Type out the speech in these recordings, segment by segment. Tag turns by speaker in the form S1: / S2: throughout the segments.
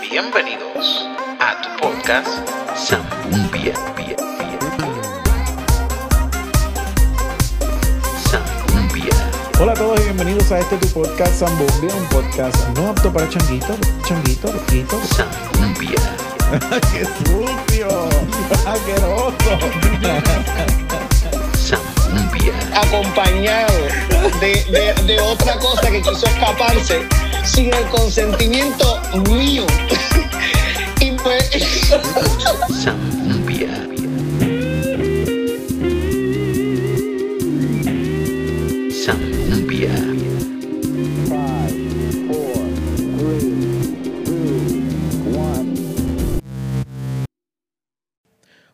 S1: Bienvenidos a tu podcast Zambumbia. Zambumbia.
S2: Hola a todos y bienvenidos a este tu podcast Zambumbia, un podcast no apto para changuitos, changuitos, changuitos.
S1: Zambumbia.
S2: ¡Qué sucio! ¡Asqueroso!
S1: Zambumbia.
S3: acompañado de, de- de otra cosa que quiso escaparse sin el consentimiento mío. Y pues,
S1: Zambumbia. Zambumbia.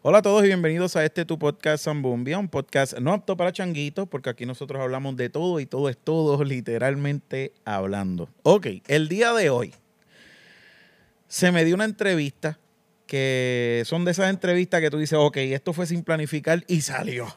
S2: Hola a todos y bienvenidos a este tu podcast Zambumbia, un podcast no apto para changuitos, porque aquí nosotros hablamos de todo y todo es todo, literalmente hablando. Ok, el día de hoy se me dio una entrevista que son de esas entrevistas que tú dices, ok, esto fue sin planificar y salió.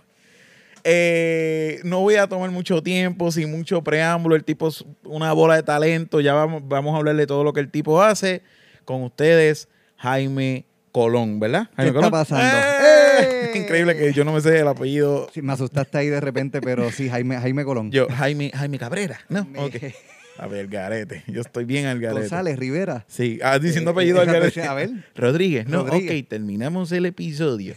S2: Eh, no voy a tomar mucho tiempo, sin mucho preámbulo. El tipo es una bola de talento. Ya vamos, vamos a hablar de todo lo que el tipo hace. Con ustedes, Jaime Colón, ¿verdad? Jaime
S4: está
S2: Colón.
S4: pasando?
S2: ¡Eh!
S4: ¡Eh!
S2: Increíble que yo no me sé el apellido.
S4: Sí, me asustaste ahí de repente, pero sí, Jaime, Jaime Colón.
S2: Yo, Jaime, Jaime Cabrera. No,
S4: Me-
S2: ok. A ver, Garete. Yo estoy bien al Garete.
S4: González Rivera.
S2: Sí, ah, diciendo
S4: Eh,
S2: apellido al
S4: exacto,
S2: Garete.
S4: sí, a ver.
S2: Rodríguez, no,
S4: Rodríguez.
S2: ok, terminamos el episodio.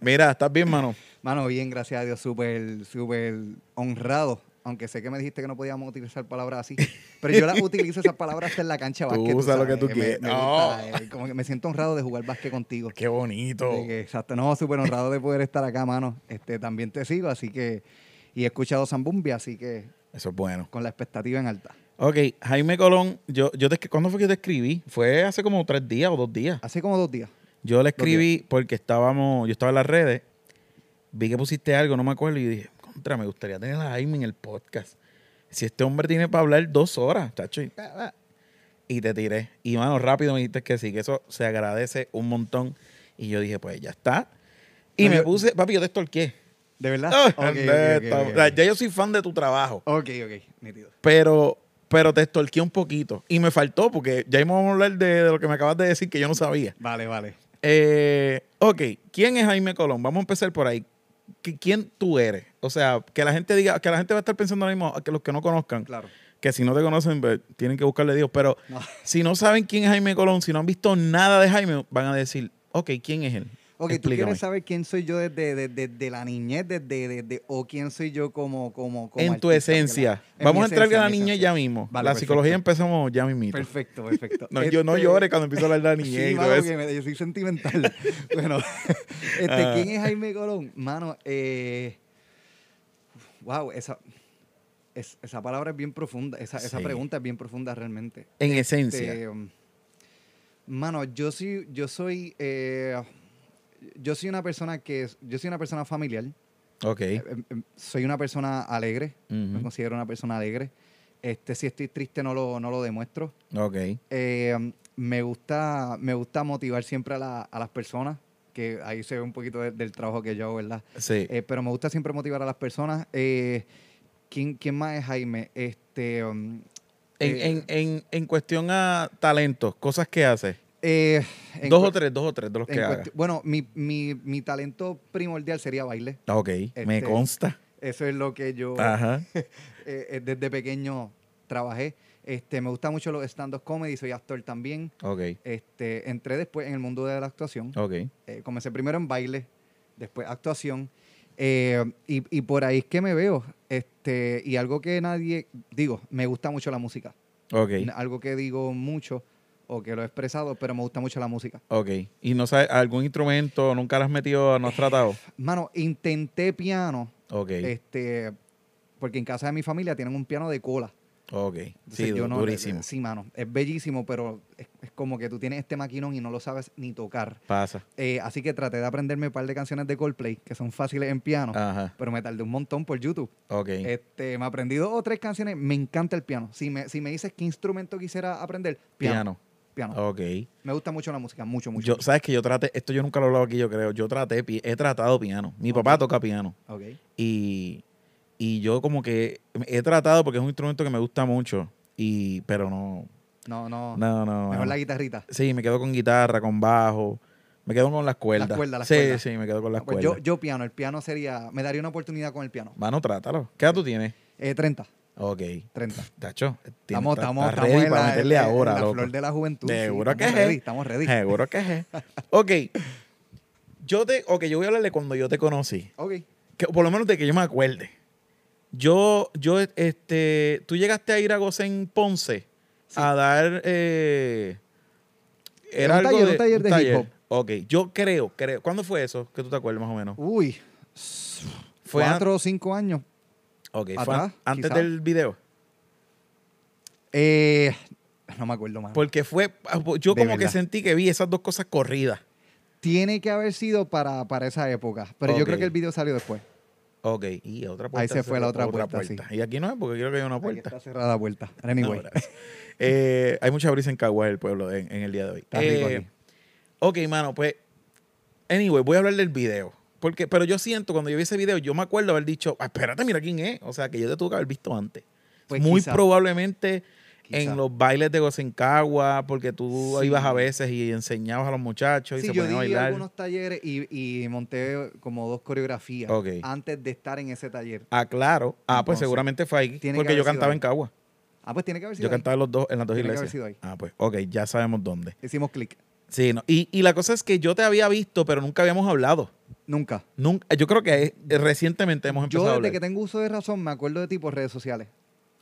S2: Mira, ¿estás bien, mano?
S4: Mano, bien, gracias a Dios, súper, súper honrado. Aunque sé que me dijiste que no podíamos utilizar palabras así, pero yo las utilizo esas palabras hasta en la cancha de
S2: Tú
S4: básquet.
S2: usa lo
S4: sabes,
S2: que tú
S4: me-
S2: quieras.
S4: Me,
S2: No.
S4: gusta, eh, como que me siento honrado de jugar básquet contigo.
S2: Qué bonito.
S4: De que, exacto, no, súper honrado de poder estar acá, mano. Este, también te sigo, así que, y he escuchado Zambumbia, así que
S2: Eso es bueno.
S4: con la expectativa en alta.
S2: Ok, Jaime Colón, yo, yo te, escri- ¿cuándo fue que yo te escribí? Fue hace como tres días o dos días.
S4: Hace como dos días.
S2: Yo le escribí porque estábamos, yo estaba en las redes, vi que pusiste algo, no me acuerdo, y dije, contra, me gustaría tener a Jaime en el podcast. Si este hombre tiene para hablar dos horas, chacho. y- Y te tiré. Y mano, rápido me dijiste que sí, que eso se agradece un montón. Y yo dije, pues ya está. Y
S4: No,
S2: me
S4: yo-
S2: puse, papi, yo te estorqué.
S4: ¿De verdad?
S2: Ah,
S4: Ok, ok,
S2: neta,
S4: ok, ok.
S2: o sea, Ya yo soy fan de tu trabajo.
S4: Ok, ok, nítido.
S2: pero, pero te estorqué un poquito. Y me faltó, porque ya íbamos a hablar de, de lo que me acabas de decir que yo no sabía.
S4: Vale, vale.
S2: Eh, ok, ¿quién es Jaime Colón? Vamos a empezar por ahí. ¿Qui- ¿Quién tú eres? O sea, que la gente diga, que la gente va a estar pensando ahora mismo, que los que no conozcan,
S4: Claro.
S2: que si no te conocen, pues, tienen que buscarle Dios. Pero
S4: No.
S2: si no saben quién es Jaime Colón, si no han visto nada de Jaime, van a decir, ok, ¿quién es él?
S4: Ok, tú
S2: Explícame.
S4: quieres saber quién soy yo desde, desde, desde la niñez, desde, desde, o quién soy yo como, como, como
S2: en tu
S4: artista,
S2: esencia.
S4: ¿verdad? En mi
S2: Vamos a entrar
S4: esencia,
S2: a la
S4: en mi
S2: niña
S4: esencia.
S2: ya mismo.
S4: Vale,
S2: la
S4: perfecto.
S2: psicología empezamos ya mismito.
S4: Perfecto, perfecto.
S2: No, yo no
S4: Este-
S2: llore cuando empiezo a hablar de la niñez.
S4: Sí,
S2: y todo
S4: mano,
S2: eso.
S4: porque me- yo soy sentimental. bueno, este,
S2: Ah.
S4: ¿quién es Jaime Colón? Mano, eh, wow, esa, es- esa palabra es bien profunda, esa, esa
S2: Sí.
S4: pregunta es bien profunda realmente.
S2: En
S4: Este,
S2: esencia.
S4: um, mano, yo soy, yo soy, eh, yo soy una persona que, es- yo soy una persona familiar.
S2: Ok.
S4: Eh, em, em, Soy una persona alegre. Me
S2: Ujú.
S4: considero una persona alegre. Este, si estoy triste no lo, no lo demuestro.
S2: Ok.
S4: Eh, um, me gusta, me gusta motivar siempre a, la- a las personas. Que ahí se ve un poquito de- del trabajo que yo hago, ¿verdad?
S2: Sí.
S4: Eh, pero me gusta siempre motivar a las personas. Eh, ¿quién, ¿Quién más es Jaime? Este, um,
S2: en,
S4: eh,
S2: en, en, en cuestión a talentos, cosas que haces.
S4: eh, en
S2: Dos
S4: cua-
S2: o tres, dos o tres de los
S4: en
S2: que hagas.
S4: cuestión- bueno, mi, mi, mi talento primordial sería baile.
S2: Ah, Ok. me
S4: este,
S2: consta.
S4: Eso es lo que yo
S2: Ajá.
S4: eh, eh, desde pequeño trabajé. Este, me gusta mucho los stand-up comedy, soy actor también.
S2: Ok.
S4: Este, entré después en el mundo de la actuación.
S2: Ok.
S4: Eh, comencé primero en baile, después actuación. Eh, y, y por ahí es que me veo. Este, y algo que nadie, digo, me gusta mucho la música.
S2: Ok.
S4: N- Algo que digo mucho o que lo he expresado, pero me gusta mucho la música.
S2: Ok. ¿Y no sabes algún instrumento? ¿Nunca lo has metido? ¿No has tratado?
S4: Mano, intenté piano,
S2: Ok.
S4: este, porque en casa de mi familia tienen un piano de cola.
S2: Ok.
S4: Entonces,
S2: Sí,
S4: yo no- eh,
S2: durísimo.
S4: Sí, mano. Es bellísimo, pero es, es como que tú tienes este maquinón y no lo sabes ni tocar.
S2: Pasa.
S4: Eh, así que traté de aprenderme un par de canciones de Coldplay que son fáciles en piano,
S2: Ajá.
S4: pero me tardé un montón por YouTube.
S2: Ok.
S4: Este, me aprendí dos o tres canciones. Me encanta el piano. Si me, si me dices qué instrumento quisiera aprender, piano.
S2: Piano.
S4: Piano.
S2: Ok.
S4: Me gusta mucho la música, mucho, mucho.
S2: Yo, ¿Sabes que yo traté? Esto yo nunca lo he hablado aquí, yo creo. Yo traté, pi- he tratado piano. Mi papá toca piano.
S4: Ok.
S2: Y, y yo como que he tratado porque es un instrumento que me gusta mucho, y, pero no,
S4: No, no.
S2: No, no.
S4: Mejor
S2: no.
S4: la guitarrita.
S2: Sí, me quedo con guitarra, con bajo. Me quedo con las cuerdas.
S4: cuerdas, las
S2: sí,
S4: cuerdas.
S2: sí, me quedo con las
S4: No, pues yo,
S2: cuerdas.
S4: yo piano, el piano sería. Me daría una oportunidad con el piano.
S2: Mano, trátalo. ¿Qué edad tú tienes?
S4: Eh, 30,
S2: Ok.
S4: 30.
S2: Tacho, tienes-
S4: Estamos,
S2: estás-
S4: estamos,
S2: estás
S4: estamos
S2: ready
S4: en
S2: para
S4: la, eh,
S2: meterle
S4: en- en
S2: ahora,
S4: la
S2: loco.
S4: flor de la juventud. sí,
S2: Seguro que
S4: estamos
S2: es.
S4: ready, Estamos ready.
S2: Seguro que es. Ok. Yo te, ok, yo voy a hablar de cuando yo te conocí.
S4: Ok.
S2: Que, por lo menos de que yo me acuerde. Yo, yo, este, tú llegaste a ir a Gosén Ponce
S4: Sí.
S2: a dar, eh, era
S4: un
S2: algo
S4: taller, un taller de hip hop.
S2: Ok, yo creo, creo. ¿Cuándo fue eso? Que tú te acuerdas más o menos.
S4: Uy.
S2: Fue an-
S4: cuatro o cinco años.
S2: Ok, fue
S4: atrás,
S2: an- antes
S4: quizá.
S2: del video.
S4: Eh, no me acuerdo más.
S2: Porque fue, ah, pues, yo
S4: De
S2: como que
S4: verdad.
S2: sentí que vi esas dos cosas corridas.
S4: Tiene que haber sido para, para esa época. Pero yo creo
S2: Ok.
S4: que el video salió después.
S2: Ok, y otra puerta.
S4: Ahí se fue la otra puerta,
S2: Y aquí no es porque creo que hay una
S4: Aquí
S2: puerta.
S4: está cerrada vuelta. Anyway.
S2: Ahora, eh, hay mucha brisa en Caguas, el pueblo, en, en el día de hoy.
S4: Está rico
S2: Eh,
S4: aquí.
S2: ok, mano, pues. Anyway, voy a hablar del video. Porque, pero yo siento, cuando yo vi ese video, yo me acuerdo haber dicho, "Ah, espérate, mira quién es. O sea, que yo te tuve que haber visto antes.
S4: Pues
S2: Muy
S4: quizá,
S2: probablemente
S4: quizá.
S2: en los bailes de Gosencagua, porque tú
S4: Sí.
S2: ibas a veces y enseñabas a los muchachos y
S4: Sí,
S2: se
S4: yo
S2: ponían
S4: di
S2: a bailar.
S4: algunos talleres y, y monté como dos coreografías
S2: Ok.
S4: antes de estar en ese taller.
S2: Ah, claro. Ah, pues
S4: Entonces,
S2: seguramente fue ahí.
S4: tiene que
S2: Porque
S4: haber
S2: yo
S4: sido
S2: cantaba
S4: ahí.
S2: en Cagua.
S4: Ah, pues tiene que haber
S2: Yo
S4: sido. ahí.
S2: cantaba en los dos, en las dos
S4: Tiene que haber
S2: iglesias.
S4: sido ahí.
S2: Ah, pues, ok, ya sabemos dónde.
S4: Hicimos clic.
S2: Sí, no, Y, y la cosa es que yo te había visto, pero nunca habíamos hablado.
S4: Nunca.
S2: Nunca, yo creo que eh, recientemente hemos
S4: Yo
S2: empezado a
S4: desde
S2: hablar.
S4: que tengo uso de razón me acuerdo de ti por redes sociales.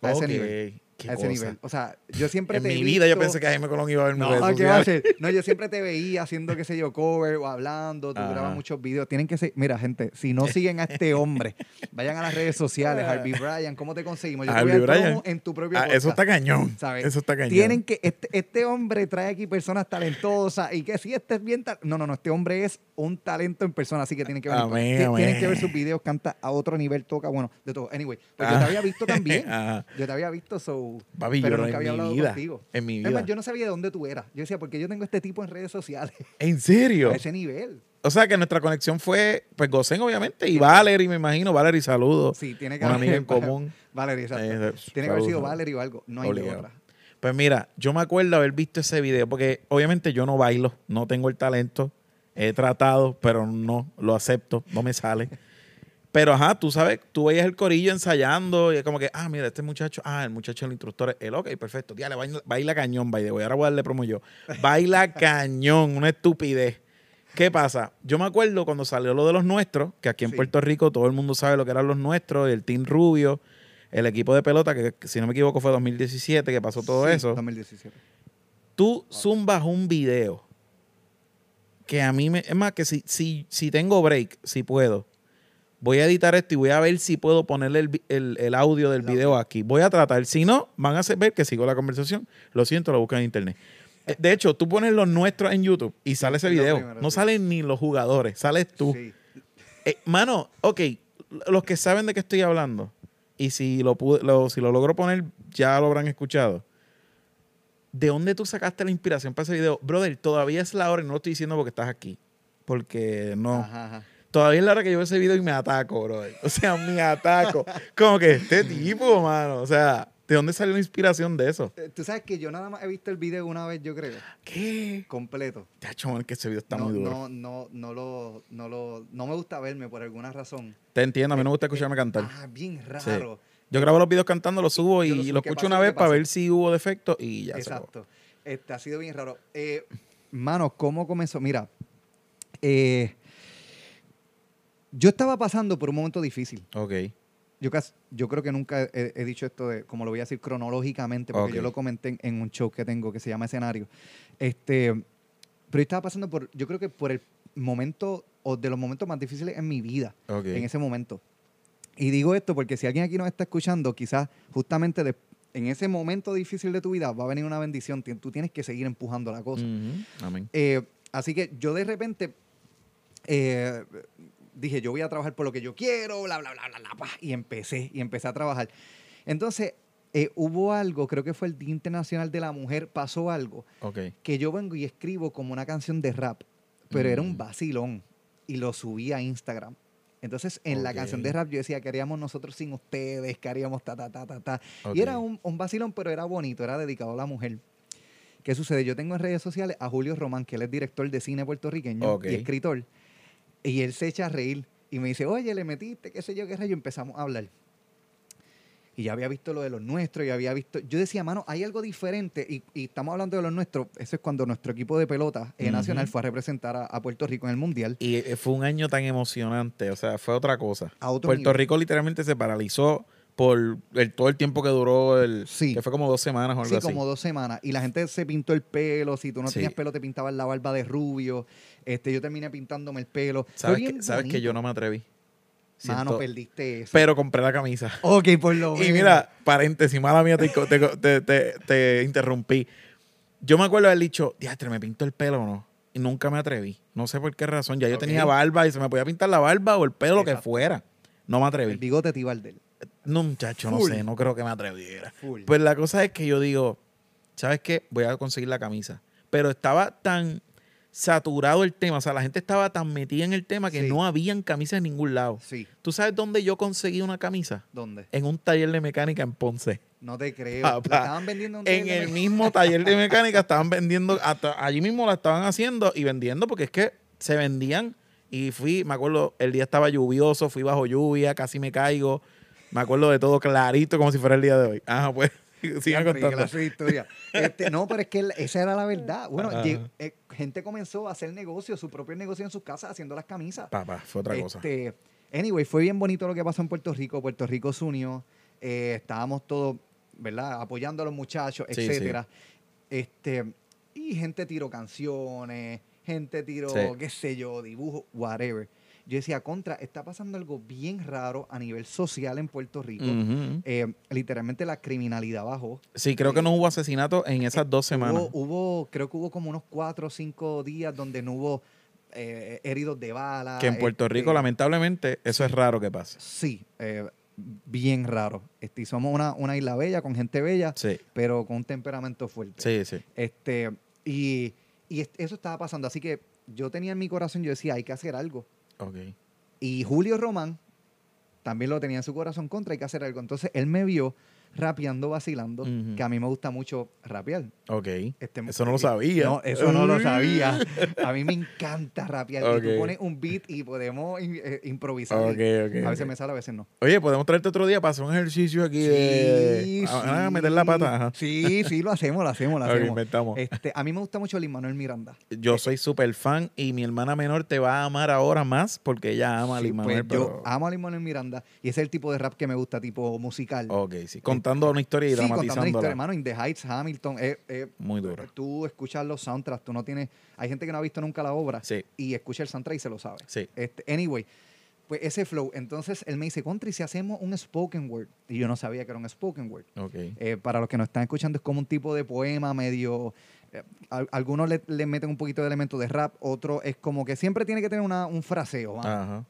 S4: A ese
S2: Ok,
S4: nivel.
S2: qué
S4: A ese
S2: cosa.
S4: nivel. O sea, yo siempre
S2: En
S4: te he
S2: mi vida yo
S4: visto-
S2: pensé que Jaime Colón iba a ver mis
S4: No,
S2: redes
S4: ah, ¿qué va a
S2: sociales.
S4: hacer? No, yo siempre te veía haciendo, qué sé yo, cover o hablando, tú
S2: Ajá.
S4: grabas muchos videos. Tienen que ser, mira, gente, si no siguen a este hombre, vayan a las redes sociales, Harvey Bryan, ¿cómo te conseguimos? Yo te voy
S2: Harvey
S4: a dar
S2: Bryan.
S4: promo en tu propio
S2: Ah, eso está
S4: podcast,
S2: cañón.
S4: ¿sabes?
S2: Eso está cañón.
S4: Tienen que, este, este hombre trae aquí personas talentosas y que si este es bien tal- No, no, no, este hombre es un talento en persona, así que tienen que ver.
S2: Amén,
S4: Ti-
S2: amén.
S4: Tienen que ver sus videos, canta a otro nivel, toca, bueno, de todo. Anyway, pues yo
S2: Ah.
S4: te había visto también.
S2: Ajá.
S4: Yo te había visto, so.
S2: Papi,
S4: pero
S2: yo
S4: nunca había
S2: en mi
S4: hablado
S2: vida.
S4: contigo.
S2: En mi
S4: Es
S2: vida.
S4: más, yo no sabía de dónde tú eras. Yo decía, porque yo tengo este tipo en redes sociales
S2: ¿En serio?
S4: a ese nivel.
S2: O sea que nuestra conexión fue, pues Gosen obviamente, y Valerie, me imagino. Valerie, saludos.
S4: Sí, tiene que
S2: Una
S4: haber-
S2: amiga en común.
S4: Valerie, exacto.
S2: Eh,
S4: tiene que haber
S2: saludos,
S4: sido
S2: saludos.
S4: Valerie o algo. No hay de
S2: Obligado.
S4: otra.
S2: Pues mira, yo me acuerdo haber visto ese video, porque obviamente yo no bailo, no tengo el talento, he tratado, pero no, lo acepto, no me sale. Pero ajá, tú sabes, tú veías el corillo ensayando y es como que, ah, mira, este muchacho, ah, el muchacho el instructor es él, ok, perfecto, tía, le baila, baila cañón, by the way, ahora voy a darle promo yo. Baila cañón, una estupidez. ¿Qué pasa? Yo me acuerdo cuando salió lo de los nuestros, que aquí en
S4: Sí.
S2: Puerto Rico todo el mundo sabe lo que eran los nuestros, el Team Rubio, el equipo de pelota, que que si no me equivoco fue 2017 que pasó todo
S4: Sí,
S2: eso.
S4: 2017.
S2: Tú zumbas un video que a mí me. Es más, que si, si, si tengo break, si puedo, voy a editar esto y voy a ver si puedo ponerle el, vi- el- el audio del
S4: El
S2: video aquí. Voy a tratar. Si no, van a hacer ver que sigo la conversación. Lo siento, lo buscan en internet. Eh, De hecho, tú pones los nuestros en YouTube y sale ese
S4: Es lo
S2: video.
S4: primero,
S2: no
S4: sí.
S2: salen ni los jugadores, sales tú.
S4: Sí.
S2: Eh, mano, ok, los que saben de qué estoy hablando, y si lo, pude- lo- si lo logro poner, ya lo habrán escuchado. ¿De dónde tú sacaste la inspiración para ese video? Brother, todavía es la hora, y no lo estoy diciendo porque estás aquí, porque no.
S4: Ajá, ajá.
S2: Todavía es la hora que yo veo ese video y me ataco, brother. O sea, me ataco. Como que este tipo, mano. O sea, ¿de dónde salió la inspiración de eso?
S4: Eh, Tú sabes que yo nada más he visto el video una vez, yo creo,
S2: ¿Qué?
S4: completo.
S2: Chacho, man, que ese video está
S4: no,
S2: muy duro.
S4: no, no, no lo, no lo, no me gusta verme por alguna razón.
S2: Te entiendo, a mí no me gusta escucharme cantar.
S4: Ah, bien raro.
S2: Yo grabo los videos cantando, los subo y
S4: Yo
S2: lo,
S4: lo subo, ¿qué
S2: escucho
S4: pasó?
S2: una vez
S4: ¿Qué
S2: para
S4: pasó?
S2: ver si hubo defecto y ya se acabó.
S4: Exacto. Este, ha sido bien raro. Eh, mano, ¿cómo comenzó? Mira, eh, yo estaba pasando por un momento difícil.
S2: Ok,
S4: Yo, casi- yo creo que nunca he, he dicho esto, de, como lo voy a decir cronológicamente, porque
S2: Ok.
S4: yo lo comenté en, en un show que tengo que se llama Escenario. Este, pero yo estaba pasando por, yo creo que por el momento, o de los momentos más difíciles en mi vida
S2: ok.
S4: en ese momento. Y digo esto porque si alguien aquí nos está escuchando, quizás justamente de- en ese momento difícil de tu vida va a venir una bendición. Ti- Tú tienes que seguir empujando la cosa.
S2: Ujú, Amén.
S4: Eh, así que yo de repente eh, dije, yo voy a trabajar por lo que yo quiero, bla, bla, bla, bla, bla, pa, y empecé, y empecé a trabajar. Entonces, eh, hubo algo, creo que fue el Día Internacional de la Mujer, pasó algo,
S2: Ok.
S4: que yo vengo y escribo como una canción de rap, pero era
S2: Mm.
S4: un vacilón y lo subí a Instagram. Entonces, en la
S2: Ok.
S4: canción de rap yo decía, ¿qué haríamos nosotros sin ustedes? ¿Qué haríamos ta, ta, ta, ta, ta?
S2: ok.
S4: Y era un, un vacilón, pero era bonito, era dedicado a la mujer. ¿Qué sucede? Yo tengo en redes sociales a Julio Román, que él es director de cine puertorriqueño
S2: Ok.
S4: y escritor, y él se echa a reír y me dice, oye, le metiste, qué sé yo, qué rayo, empezamos a hablar. Y ya había visto lo de los nuestros, y había visto. Yo decía, mano, hay algo diferente. Y, y estamos hablando de los nuestros. Eso es cuando nuestro equipo de pelota eh,
S2: Ujú.
S4: nacional fue a representar a, a Puerto Rico en el Mundial.
S2: Y eh, fue un año tan emocionante, o sea, fue otra cosa.
S4: A otro
S2: Puerto
S4: nivel.
S2: Rico literalmente se paralizó por el- todo el tiempo que duró el...
S4: Sí.
S2: Que fue como dos semanas o algo
S4: Sí,
S2: así.
S4: como dos semanas. Y la gente se pintó el pelo. Si tú no
S2: Sí.
S4: tenías pelo, te pintabas la barba de rubio. Este, yo terminé pintándome el pelo. Fue
S2: ¿Sabes,
S4: bien
S2: que, sabes que
S4: bonito.
S2: yo no me atreví?
S4: Mano,
S2: Siento-
S4: perdiste eso.
S2: Pero compré la camisa.
S4: ok, por lo
S2: Y
S4: menos.
S2: mira, paréntesis, mala mía, te, te- te- te- te interrumpí. Yo me acuerdo haber dicho, diastre, me pinto el pelo o no. Y nunca me atreví. No sé por qué razón. Ya yo
S4: Ok.
S2: tenía barba y se me podía pintar la barba o el pelo, lo que
S4: Exacto.
S2: fuera. No me
S4: El
S2: atreví.
S4: bigote te iba al del.
S2: No, muchacho, no
S4: Full.
S2: sé, no creo que me atreviera.
S4: Full.
S2: Pues la cosa es que yo digo, ¿sabes qué? Voy a conseguir la camisa. Pero estaba tan saturado el tema, o sea, la gente estaba tan metida en el tema que
S4: Sí.
S2: no habían camisas en ningún lado.
S4: Sí.
S2: ¿Tú sabes dónde yo conseguí una camisa?
S4: ¿Dónde?
S2: En un taller de mecánica en Ponce.
S4: No te creo.
S2: Papá,
S4: ¿La estaban vendiendo un
S2: En
S4: taller de
S2: el
S4: mec-
S2: mismo taller de mecánica estaban vendiendo, hasta allí mismo la estaban haciendo y vendiendo porque es que se vendían y fui, me acuerdo, el día estaba lluvioso, fui bajo lluvia, casi me caigo, me acuerdo de todo clarito como si fuera el día de hoy. Ajá, pues, sigan
S4: Siempre,
S2: contando.
S4: clase de historia. Este, no, pero es que el- esa era la verdad. Bueno,
S2: Ajá.
S4: lleg- eh, gente comenzó a hacer negocios, su propio negocio en sus casas, haciendo las camisas.
S2: Papá, fue otra cosa.
S4: Este, anyway, fue bien bonito lo que pasó en Puerto Rico. Puerto Rico se unió. eh, estábamos todos, ¿verdad? Apoyando a los muchachos,
S2: Sí, sí.
S4: etcétera. Este, y gente tiró canciones, gente tiró,
S2: Sí.
S4: qué sé yo, dibujos, whatever. Yo decía, contra, está pasando algo bien raro a nivel social en Puerto Rico.
S2: Ujú.
S4: Eh, literalmente la criminalidad bajó.
S2: Sí, creo que no hubo asesinato en esas dos semanas.
S4: eh, Hubo, hubo- creo que hubo como unos cuatro o cinco días donde no hubo eh, heridos de bala.
S2: que en Puerto
S4: este,
S2: Rico, lamentablemente, eso es raro que pase.
S4: Sí, eh, bien raro. Este, y somos una, una isla bella, con gente bella,
S2: Sí,
S4: pero con un temperamento fuerte.
S2: sí, sí.
S4: Este, y, y es- eso estaba pasando. Así que yo tenía en mi corazón, yo decía, hay que hacer algo.
S2: Ok.
S4: Y Julio Román también lo tenía en su corazón contra, hay que hacer algo. Entonces él me vio rapeando, vacilando,
S2: Ujú.
S4: que a mí me gusta mucho rapear.
S2: Ok.
S4: Este,
S2: Eso no lo
S4: y-
S2: sabía.
S4: No, eso no lo sabía. A mí me encanta rapear. Y
S2: Ok.
S4: tú pones un beat y podemos in- eh, improvisar.
S2: Ok, ok.
S4: a veces
S2: ok.
S4: me sale, a veces no.
S2: Oye, podemos traerte otro día para hacer un ejercicio aquí de. Ah, ah, meter la pata. Ajá.
S4: Sí, sí, lo hacemos, lo hacemos, lo
S2: Ok,
S4: hacemos.
S2: inventamos.
S4: Este, a mí me gusta mucho Lin Manuel Miranda.
S2: Yo soy súper fan y mi hermana menor te va a amar ahora más porque ella ama a
S4: Sí,
S2: Lin
S4: pues
S2: Manuel.
S4: Yo
S2: pero-
S4: amo a Lin Manuel Miranda y ese es el tipo de rap que me gusta, tipo musical.
S2: Ok, sí. Contando una historia y
S4: Este, sí, contando una historia,
S2: dramatizándola.
S4: hermano. In the Heights, Hamilton. eh, eh,
S2: Muy duro.
S4: tú escuchas los soundtracks, tú no tienes. Hay gente que no ha visto nunca la obra
S2: Sí.
S4: y escucha el soundtrack y se lo sabe.
S2: Sí.
S4: Este, anyway, pues ese flow. Entonces él me dice, Country, si hacemos un spoken word. Y yo no sabía que era un spoken word.
S2: Ok.
S4: Eh, para los que nos están escuchando, es como un tipo de poema medio. eh, al- algunos le, le meten un poquito de elemento de rap, otro es como que siempre tiene que tener una- un fraseo, vamos,
S2: Ajá.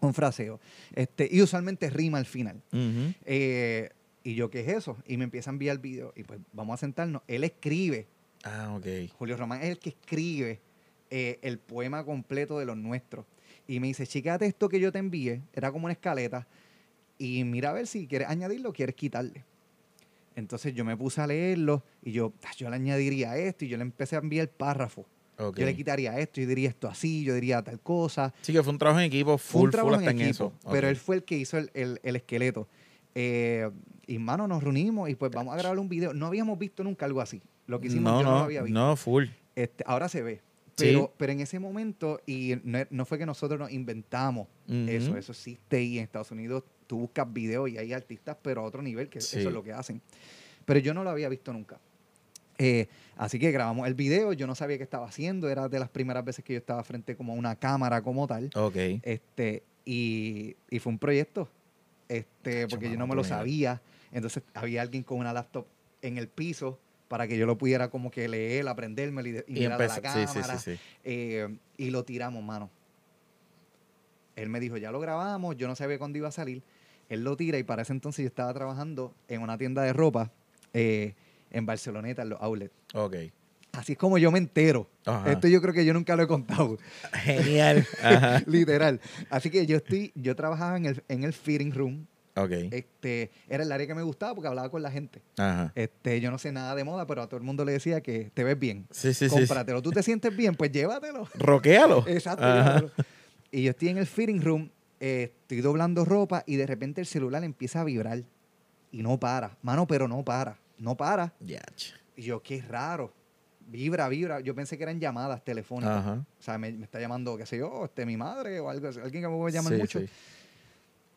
S4: un fraseo. Este, y usualmente rima al final.
S2: Ujú.
S4: Eh, y yo, ¿qué es eso? Y me empieza a enviar el video. Y pues vamos a sentarnos. Él escribe,
S2: Ah, ok.
S4: Julio Román es el que escribe eh, el poema completo de los nuestros. Y me dice, chicate esto que yo te envié, era como una escaleta. Y mira a ver si quieres añadirlo o quieres quitarle. Entonces yo me puse a leerlo y yo, "Ah, yo le añadiría esto y yo le empecé a enviar el párrafo.
S2: Ok.
S4: Yo le quitaría esto, yo diría esto así, yo diría tal cosa.
S2: Sí, que fue un trabajo en equipo,
S4: Fue un
S2: full, full
S4: trabajo
S2: hasta en,
S4: en equipo,
S2: eso. Ok.
S4: pero él fue el que hizo el, el- el esqueleto. Eh, y mano, nos reunimos y pues vamos a grabar un video. No habíamos visto nunca algo así. Lo que hicimos
S2: no,
S4: yo no,
S2: no,
S4: lo había visto.
S2: no, full.
S4: Este, ahora se ve.
S2: Sí.
S4: Pero, pero en ese momento, y no, no fue que nosotros nos inventamos
S2: Ujú.
S4: eso, eso existe y en Estados Unidos tú buscas videos y hay artistas, pero a otro nivel, que
S2: Sí.
S4: eso es lo que hacen. Pero yo no lo había visto nunca. Eh, así que grabamos el video, yo no sabía qué estaba haciendo, era de las primeras veces que yo estaba frente como a una cámara como tal.
S2: Ok.
S4: Este, y, y fue un proyecto. Este,
S2: Cacho,
S4: porque yo
S2: mano,
S4: no me
S2: tú
S4: lo
S2: mira.
S4: sabía. Entonces había alguien con una laptop en el piso para que yo lo pudiera como que leer, aprendérmelo y, de- y
S2: Y
S4: mirar a la
S2: empezó. Sí, sí,
S4: cámara.
S2: sí, sí.
S4: Eh, y lo tiramos, mano. Él me dijo, ya lo grabamos, yo no sabía cuándo iba a salir. Él lo tira y para ese entonces yo estaba trabajando en una tienda de ropa eh, en Barceloneta, en los outlets.
S2: Ok.
S4: Así es como yo me entero.
S2: Ajá.
S4: Esto yo creo que yo nunca lo he contado.
S2: Genial. Ajá.
S4: Literal. Así que yo estoy, yo trabajaba en el, en el fitting room
S2: Ok.
S4: Este, era el área que me gustaba porque hablaba con la gente.
S2: Ajá.
S4: Este, yo no sé nada de moda, pero a todo el mundo le decía que te ves bien.
S2: Sí, sí, sí, sí.
S4: Cómpratelo. ¿Tú te sientes bien? Pues llévatelo.
S2: Roquéalo.
S4: Exacto.
S2: Ajá.
S4: llévatelo. Y yo estoy en el fitting room, eh, estoy doblando ropa y de repente el celular empieza a vibrar. Y no para. Mano, pero no para. No para.
S2: Ya, ch-
S4: Y yo, qué raro. Vibra, vibra. Yo pensé que eran llamadas telefónicas.
S2: Ajá.
S4: O sea, me, me está llamando, qué sé yo, este, mi madre o algo. así, Alguien que me llama
S2: Sí,
S4: mucho.
S2: sí.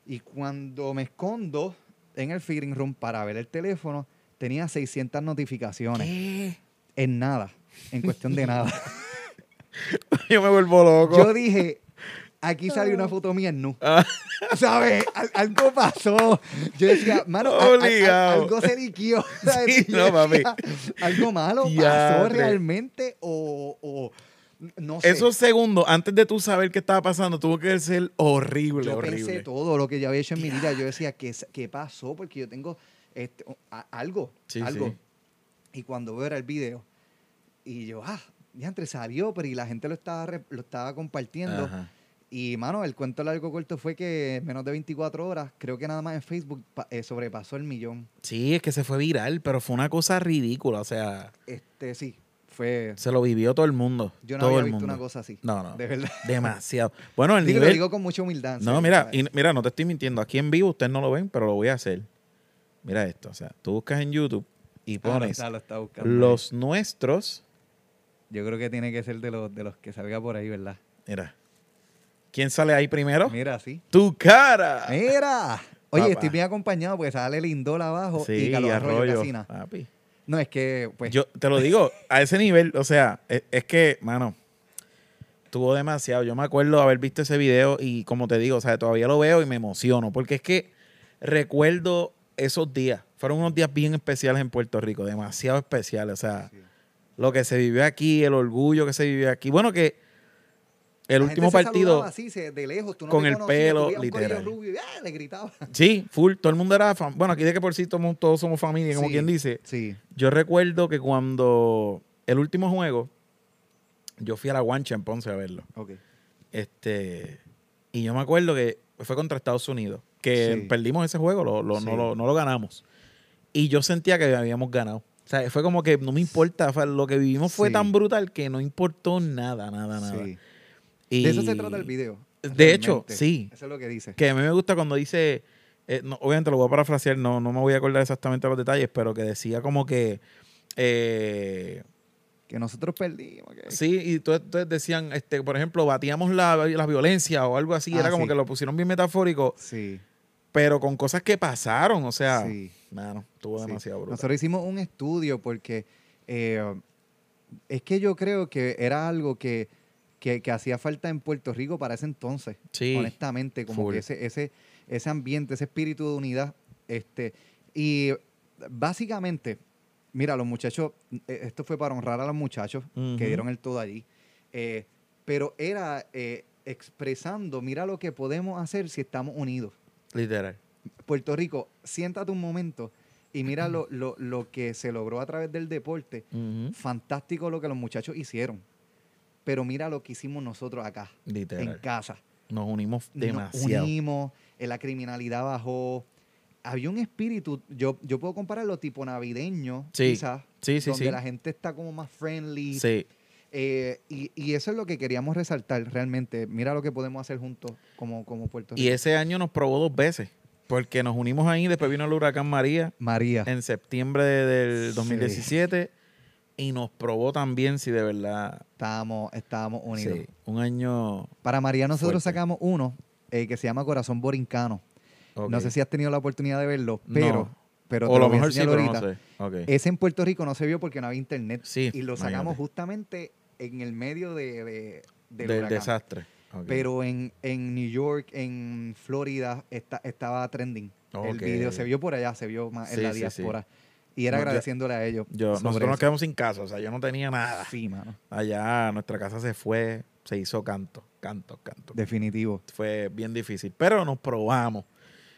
S4: Y cuando me escondo en el fitting room para ver el teléfono, tenía 600 notificaciones. En nada. En cuestión de nada.
S2: Yo me vuelvo loco.
S4: Yo dije, aquí salió una foto mía en nu.
S2: Ah.
S4: ¿Sabes? Al- algo pasó. Yo decía, mano, a- a- a-
S2: Obligado.
S4: algo se liquió. ¿sabes?
S2: Sí,
S4: Yo
S2: no, papi.
S4: decía, Algo malo pasó
S2: Diatre.
S4: realmente o, o no sé.
S2: Esos segundos antes de tú saber qué estaba pasando tuvo que ser horrible,
S4: yo
S2: horrible.
S4: pensé todo lo que yo había hecho en mi vida. Yo decía, ¿qué, s- qué pasó? Porque yo tengo este, o- a- algo,
S2: Sí,
S4: algo.
S2: sí.
S4: Y cuando veo era el video, y yo, ah, ya entre salió, pero y la gente lo estaba, re- lo estaba compartiendo.
S2: Ajá.
S4: Y, mano, el cuento largo corto fue que en menos de 24 horas, creo que nada más en Facebook pa- eh, sobrepasó el millón.
S2: Sí, es que se fue viral, pero fue una cosa ridícula. O sea,
S4: Este, sí, fue...
S2: se lo vivió todo el mundo.
S4: Yo no
S2: todo
S4: había
S2: el
S4: visto
S2: mundo.
S4: una cosa así.
S2: No, no.
S4: De verdad.
S2: Demasiado. Bueno, el
S4: Digo, lo
S2: nivel.
S4: digo con mucha humildad.
S2: no,
S4: ¿sabes?
S2: mira, y- mira, no te estoy mintiendo. Aquí en vivo ustedes no lo ven, pero lo voy a hacer. Mira esto. O sea, tú buscas en YouTube y
S4: Ah, lo
S2: pones
S4: está- lo está buscando.
S2: los nuestros.
S4: Yo creo que tiene que ser de los, de los que salga por ahí, ¿verdad?
S2: Mira. ¿Quién sale ahí primero?
S4: Mira, sí.
S2: ¡Tu cara!
S4: Mira. Oye,
S2: Ah. Papá.
S4: estoy bien acompañado porque sale Lindola abajo
S2: Sí,
S4: y Carlos Arroyo,
S2: arroyo.
S4: Casina.
S2: Papi.
S4: No, es que, pues,
S2: Yo te lo digo, a ese nivel, o sea, es, es que, mano, tuvo demasiado. Yo me acuerdo haber visto ese video y como te digo, o sea, todavía lo veo y me emociono, porque es que recuerdo esos días. Fueron unos días bien especiales en Puerto Rico, demasiado especiales. O sea, lo que se vivió aquí, el orgullo que se vivió aquí. Bueno, que el
S4: la gente
S2: último
S4: se saludaba
S2: partido,
S4: Así, se- de lejos, tú no
S2: con
S4: te
S2: el
S4: conocías,
S2: pelo,
S4: tú veías un corillo
S2: literal.
S4: rubio y, ah, le gritaba.
S2: sí, full, todo el mundo era, fan- bueno, aquí de que por sí tomo- todos somos familia, como
S4: Sí,
S2: quien dice.
S4: Sí.
S2: Yo recuerdo que cuando el último juego, yo fui a la guancha en Ponce a verlo.
S4: Ok.
S2: Este, y yo me acuerdo que fue contra Estados Unidos, que
S4: Sí.
S2: perdimos ese juego, lo- lo-
S4: Sí.
S2: no, lo, no lo ganamos. Y yo sentía que habíamos ganado. O sea, fue como que no me importa, fue- lo que vivimos fue
S4: Sí.
S2: tan brutal que no importó nada, nada, nada.
S4: Sí.
S2: Y-
S4: De eso se trata el video.
S2: De hecho,
S4: realmente.
S2: sí.
S4: Eso es lo que dice.
S2: Que a mí me gusta cuando dice, eh, no, obviamente lo voy a parafrasear, no, no me voy a acordar exactamente los detalles, pero que decía como que... eh,
S4: Que nosotros perdimos. que-
S2: Sí, y tú- entonces decían, este, por ejemplo, batíamos la, la violencia o algo así,
S4: Ah,
S2: era como
S4: sí.
S2: que lo pusieron bien metafórico,
S4: Sí.
S2: pero con cosas que pasaron, o sea,
S4: Sí.
S2: mano, estuvo
S4: Sí.
S2: demasiado brutal.
S4: Nosotros hicimos un estudio porque eh, es que yo creo que era algo que, que- que hacía falta en Puerto Rico para ese entonces.
S2: Sí,
S4: Honestamente, como
S2: full.
S4: que ese, ese, ese ambiente, ese espíritu de unidad. Este, y básicamente, mira, los muchachos, eh, esto fue para honrar a los muchachos
S2: Ujú.
S4: que dieron el todo allí. eh, pero era eh, expresando, mira lo que podemos hacer si estamos unidos.
S2: Literal.
S4: Puerto Rico, siéntate un momento y mira lo, lo- lo que se logró a través del deporte.
S2: Ujú.
S4: Fantástico lo que los muchachos hicieron. Pero mira lo que hicimos nosotros acá, en
S2: Literal.
S4: casa.
S2: Nos unimos
S4: Nos
S2: demasiado.
S4: unimos, eh, la criminalidad bajó. Había un espíritu, yo, yo puedo compararlo tipo navideño,
S2: Sí,
S4: quizás,
S2: sí, sí,
S4: donde
S2: sí.
S4: la gente está como más friendly.
S2: sí,
S4: Eh, y, y eso es lo que queríamos resaltar realmente. Mira lo que podemos hacer juntos como, como Puerto
S2: y
S4: Rico.
S2: ese año nos probó dos veces, porque nos unimos ahí, después vino el huracán María
S4: María.
S2: en septiembre de- del
S4: Sí.
S2: 2017 y nos probó también si de verdad...
S4: Estábamos, estábamos unidos.
S2: sí, un año...
S4: Para María nosotros
S2: Fuerte.
S4: sacamos uno eh, que se llama Corazón Borincano. No
S2: ok.
S4: sé si has tenido la oportunidad de verlo,
S2: No.
S4: pero, pero te
S2: o lo
S4: voy a
S2: mejor sí,
S4: enseñar
S2: pero no
S4: ahorita.
S2: sé. Ok.
S4: Ese en Puerto Rico no se vio porque no había internet.
S2: Sí,
S4: y lo sacamos
S2: imagínate.
S4: justamente en el medio de, de- del
S2: del
S4: huracán.
S2: desastre. Ok.
S4: Pero en, en New York, en Florida, esta- estaba trending. El
S2: Ok.
S4: video se vio por allá, se vio más en
S2: Sí,
S4: la
S2: sí, sí.
S4: diáspora. Y era
S2: No, yo-
S4: agradeciéndole a ellos.
S2: Yo-
S4: sobre
S2: nosotros nos
S4: eso.
S2: quedamos sin casa, o sea, yo no tenía nada.
S4: Sí, mano.
S2: Allá nuestra casa se fue, se hizo canto, canto, canto.
S4: Definitivo.
S2: Fue bien difícil, pero nos probamos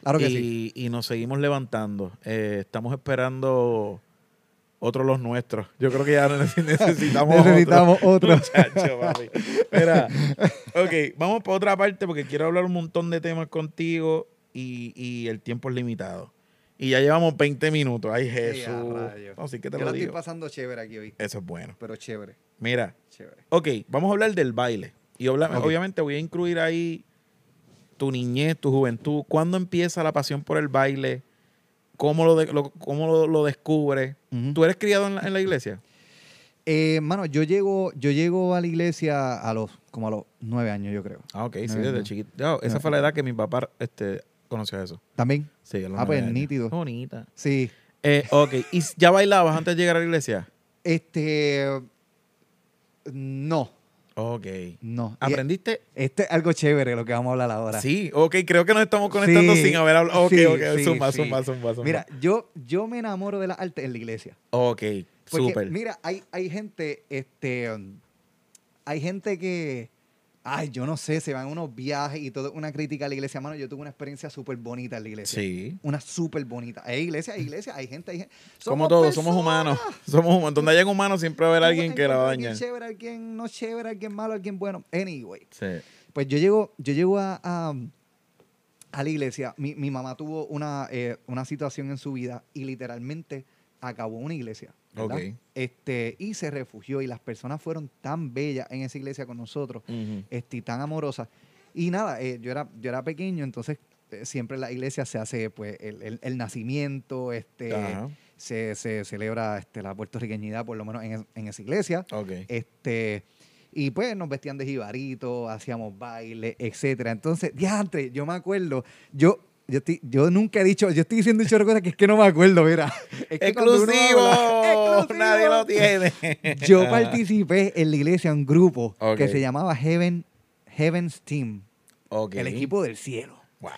S4: Claro que
S2: y,
S4: sí.
S2: y nos seguimos levantando. Eh, estamos esperando otros los nuestros. Yo creo que ya neces- necesitamos otro.
S4: Necesitamos otro.
S2: Chacho, papi. Mira, ok, vamos para otra parte porque quiero hablar un montón de temas contigo y, y el tiempo es limitado. Y ya llevamos 20 minutos. Ay, Jesús.
S4: rayos.
S2: Así que te lo
S4: Yo la estoy
S2: digo.
S4: pasando chévere aquí hoy,
S2: Eso es bueno.
S4: pero chévere,
S2: Mira,
S4: chévere.
S2: ok, vamos a hablar del baile. Y obla-
S4: Ok.
S2: obviamente voy a incluir ahí tu niñez, tu juventud. ¿Cuándo empieza la pasión por el baile? ¿Cómo lo, de- lo- cómo lo, lo descubres? ¿Tú eres criado en la, en la iglesia?
S4: Eh, mano, yo llego, yo llego a la iglesia a los, como a los nueve años, yo creo.
S2: Ah, ok,
S4: No,
S2: sí, desde
S4: no.
S2: chiquito. Ya, esa
S4: No.
S2: fue la edad que mi papá este, conoció eso.
S4: ¿También?
S2: Sí, a los
S4: Ah, pues,
S2: nueve años.
S4: nítido.
S2: Bonita.
S4: Sí.
S2: Eh, ok, ¿y s- ya bailabas antes de llegar a la iglesia?
S4: Este, no,
S2: Ok.
S4: no. Y-
S2: ¿Aprendiste?
S4: Este es algo chévere lo que vamos a hablar ahora.
S2: Sí, ok, creo que nos estamos conectando
S4: Sí,
S2: sin haber hablado. Ok,
S4: sí,
S2: ok,
S4: sí,
S2: zumba,
S4: sí.
S2: zumba, zumba, zumba.
S4: Mira, yo, yo me enamoro de las artes en la iglesia.
S2: Ok,
S4: Porque,
S2: súper.
S4: mira, hay, hay gente, este, um, hay gente que, ay, yo no sé, se van a unos viajes y todo, una crítica a la iglesia, mano, yo tuve una experiencia súper bonita en la iglesia.
S2: Sí.
S4: Una súper bonita. Hay iglesia, hay iglesia, hay gente, hay gente.
S2: Como todos, somos humanos. Somos humanos. Donde hayan humanos siempre va a haber alguien que la va a
S4: Alguien
S2: dañar.
S4: chévere, alguien no chévere, alguien malo, alguien bueno. Anyway.
S2: Sí.
S4: Pues yo llego, yo llego a, a- a la iglesia. Mi, mi mamá tuvo una, eh, una situación en su vida y literalmente acabó una iglesia. ¿verdad?
S2: Ok.
S4: Este, y se refugió. Y las personas fueron tan bellas en esa iglesia con nosotros,
S2: Ujú.
S4: este, y tan amorosas. Y nada, eh, yo, era, yo era pequeño, entonces eh, siempre en la iglesia se hace pues, el, el- el nacimiento, este,
S2: Ajá.
S4: se, se celebra este, la puertorriqueñidad, por lo menos en, es- en esa iglesia.
S2: Ok.
S4: Este, y pues nos vestían de jibarito, hacíamos baile, etcétera. Entonces, diantre, yo me acuerdo, yo, yo, estoy- yo nunca he dicho, yo estoy diciendo un chorro de cosas que es que no me acuerdo, mira. Es que cuando uno
S2: ¡Exclusivo!
S4: habla- ¡Exclusivo!
S2: Nadie lo tiene.
S4: Yo
S2: Ajá.
S4: participé en la iglesia en un grupo
S2: Ok.
S4: que se llamaba Heaven, Heaven's Team,
S2: Ok.
S4: el equipo del cielo.
S2: Wow.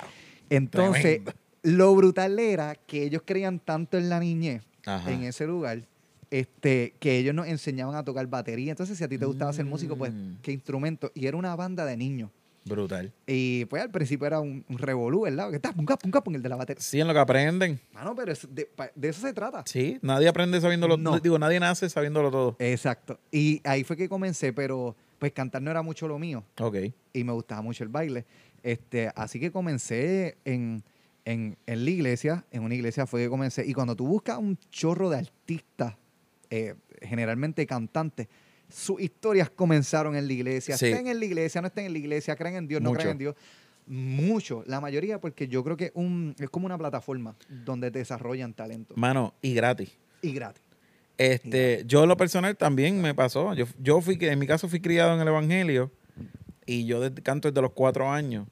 S4: Entonces,
S2: Tremendo.
S4: lo brutal era que ellos creían tanto en la niñez,
S2: Ajá.
S4: en ese lugar, este, que ellos nos enseñaban a tocar batería. Entonces, si a ti te gustaba ser músico, pues,
S2: Mm.
S4: ¿qué instrumento? Y era una banda de niños.
S2: Brutal.
S4: Y pues al principio era un, un revolú, ¿verdad? Que está, pum, cap, pum, cap, pum, el de la batería.
S2: Sí, en lo que aprenden.
S4: Mano, pero es de, pa- de eso se trata.
S2: Sí, nadie aprende sabiéndolo.
S4: No.
S2: Digo, nadie nace sabiéndolo todo.
S4: Exacto. Y ahí fue que comencé, pero pues cantar no era mucho lo mío.
S2: Ok.
S4: y me gustaba mucho el baile. Este, así que comencé en, en, en la iglesia, en una iglesia fue que comencé. Y cuando tú buscas un chorro de artistas, eh, generalmente cantantes, sus historias comenzaron en la iglesia.
S2: Sí.
S4: Estén en la iglesia, no estén en la iglesia, creen en Dios, no
S2: Mucho.
S4: creen en Dios. Mucho, la mayoría, porque yo creo que un, es como una plataforma donde desarrollan talento.
S2: Mano, y gratis.
S4: Y gratis.
S2: Este, yo en lo personal también me pasó. Yo, yo fui, en mi caso fui criado en el Evangelio y yo desde- canto desde los cuatro años.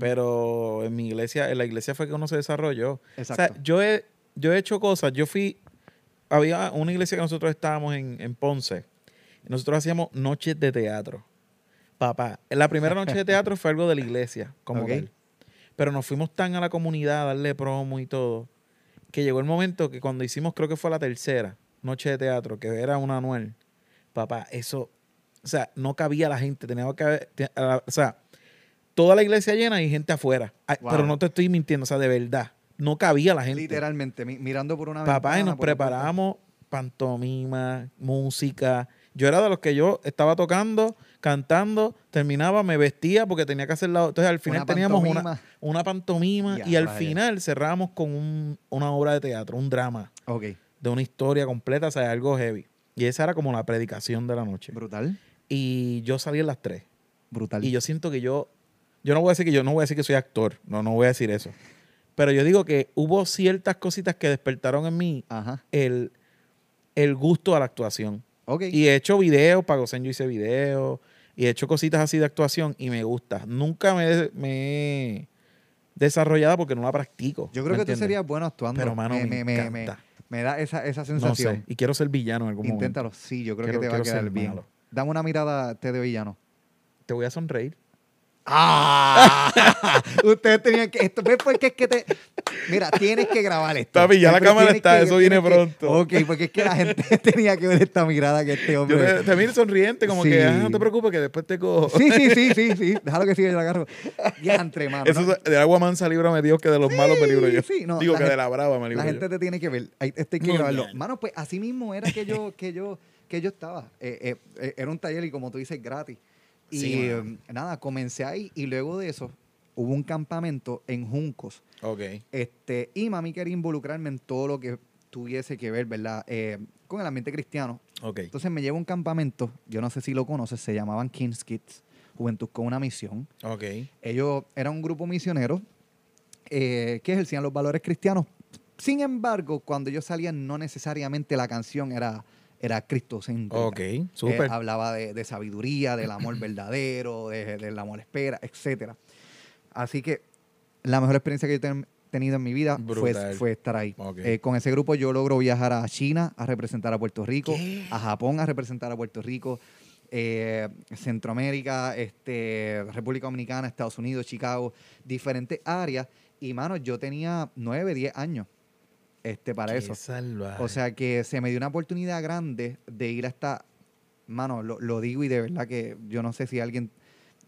S2: Pero en mi iglesia, en la iglesia fue que uno se desarrolló. O
S4: Exacto.
S2: sea, yo he, yo he hecho cosas. Yo fui, había una iglesia que nosotros estábamos en, en Ponce. Nosotros hacíamos noches de teatro. Papá, la primera noche de teatro fue algo de la iglesia, como
S4: Ok.
S2: tal. Pero nos fuimos tan a la comunidad a darle promo y todo, que llegó el momento que cuando hicimos, creo que fue la tercera noche de teatro, que era un anual, papá, eso, o sea, no cabía la gente, tenía que haber, te- a la- o sea, toda la iglesia llena y gente afuera. Ay,
S4: Wow.
S2: Pero no te estoy mintiendo, o sea, de verdad, no cabía la gente.
S4: Literalmente, mi- mirando por una
S2: Papá, y
S4: ventana,
S2: nos
S4: por otra puerta.
S2: preparamos pantomima, música. Yo era de los que yo estaba tocando, cantando, terminaba, me vestía porque tenía que hacer la... Entonces al final
S4: Una
S2: teníamos una,
S4: pantomima.
S2: una pantomima
S4: Ya,
S2: y al
S4: vaya.
S2: final cerramos con un- una obra de teatro, un drama
S4: Ok,
S2: de una historia completa, o sea, algo heavy. Y esa era como la predicación de la noche.
S4: brutal,
S2: Y yo salí a las tres.
S4: brutal.
S2: Y yo siento que yo, yo no voy a decir que yo no voy a decir que soy actor, no, no voy a decir eso. Pero yo digo que hubo ciertas cositas que despertaron en mí
S4: Ajá,
S2: el, el gusto a la actuación.
S4: ok.
S2: Y he hecho videos, para Gosen yo hice videos, y he hecho cositas así de actuación y me gusta. Nunca me, me he desarrollado porque no la practico.
S4: Yo
S2: ¿me
S4: creo que tú
S2: entiendes?
S4: serías bueno actuando.
S2: Pero, mano, me
S4: me,
S2: encanta.
S4: me da esa, esa
S2: No sé,
S4: sensación.
S2: y quiero ser villano en algún momento.
S4: Inténtalo. Sí, yo creo
S2: Quiero-
S4: que te va a
S2: quiero
S4: quedar
S2: ser
S4: bien.
S2: malo.
S4: Dame una mirada, te de villano.
S2: Te voy a sonreír.
S4: ¡Ah! Ustedes tenían que. Esto, ¿Ves por qué es que te.? Mira, tienes que grabar esto.
S2: Papi, ya la
S4: Siempre
S2: cámara
S4: tienes
S2: está, eso viene
S4: tienes que-
S2: pronto.
S4: ok, porque es que la gente tenía que ver esta mirada que este
S2: Yo
S4: hombre.
S2: te, te miro sonriente, como
S4: Sí.
S2: que "Ah, no te preocupes, que después te cojo.
S4: Sí, sí, sí, sí, sí. Déjalo que siga, yo la agarro. Ya entre, mano.
S2: Eso
S4: ¿no?
S2: es- de agua mansa libro me Dios que de los malos me libro yo.
S4: Ah, sí, no,
S2: Digo
S4: la
S2: que de
S4: gente-
S2: la brava me libro
S4: La
S2: yo.
S4: gente te tiene que ver. Hay, este hay que
S2: Muy
S4: grabarlo.
S2: bien.
S4: Mano, pues así mismo era que yo, que yo, que yo estaba. Eh, eh, eh, era un taller y como tú dices, gratis. Y
S2: Sí, mano.
S4: eh, nada, comencé ahí y luego de eso, hubo un campamento en Juncos.
S2: Ok.
S4: Este, y mami quería involucrarme en todo lo que tuviese que ver, ¿verdad? Eh, con el ambiente cristiano.
S2: Ok.
S4: Entonces me llevo a un campamento, yo no sé si lo conoces, se llamaban King's Kids, Juventud con una Misión.
S2: Ok.
S4: Ellos eran un grupo misionero eh, que ejercían los valores cristianos. Sin embargo, cuando ellos salían, no necesariamente la canción era, era cristocéntrica.
S2: Ok.
S4: Eh,
S2: Súper.
S4: hablaba de, de sabiduría, del amor verdadero, de- del amor espera, etcétera. Así que la mejor experiencia que yo he ten- tenido en mi vida fue,
S2: Brutal.
S4: fue estar ahí.
S2: Ok.
S4: Eh, con ese grupo yo logro viajar a China a representar a Puerto Rico,
S2: ¿Qué?
S4: a Japón a representar a Puerto Rico, eh, Centroamérica, este, República Dominicana, Estados Unidos, Chicago, diferentes áreas. Y, mano, yo tenía 9, 10 años este, para
S2: Qué
S4: eso.
S2: salvaje.
S4: O sea que se me dio una oportunidad grande de ir hasta. Mano, lo, lo digo y de verdad que yo no sé si alguien.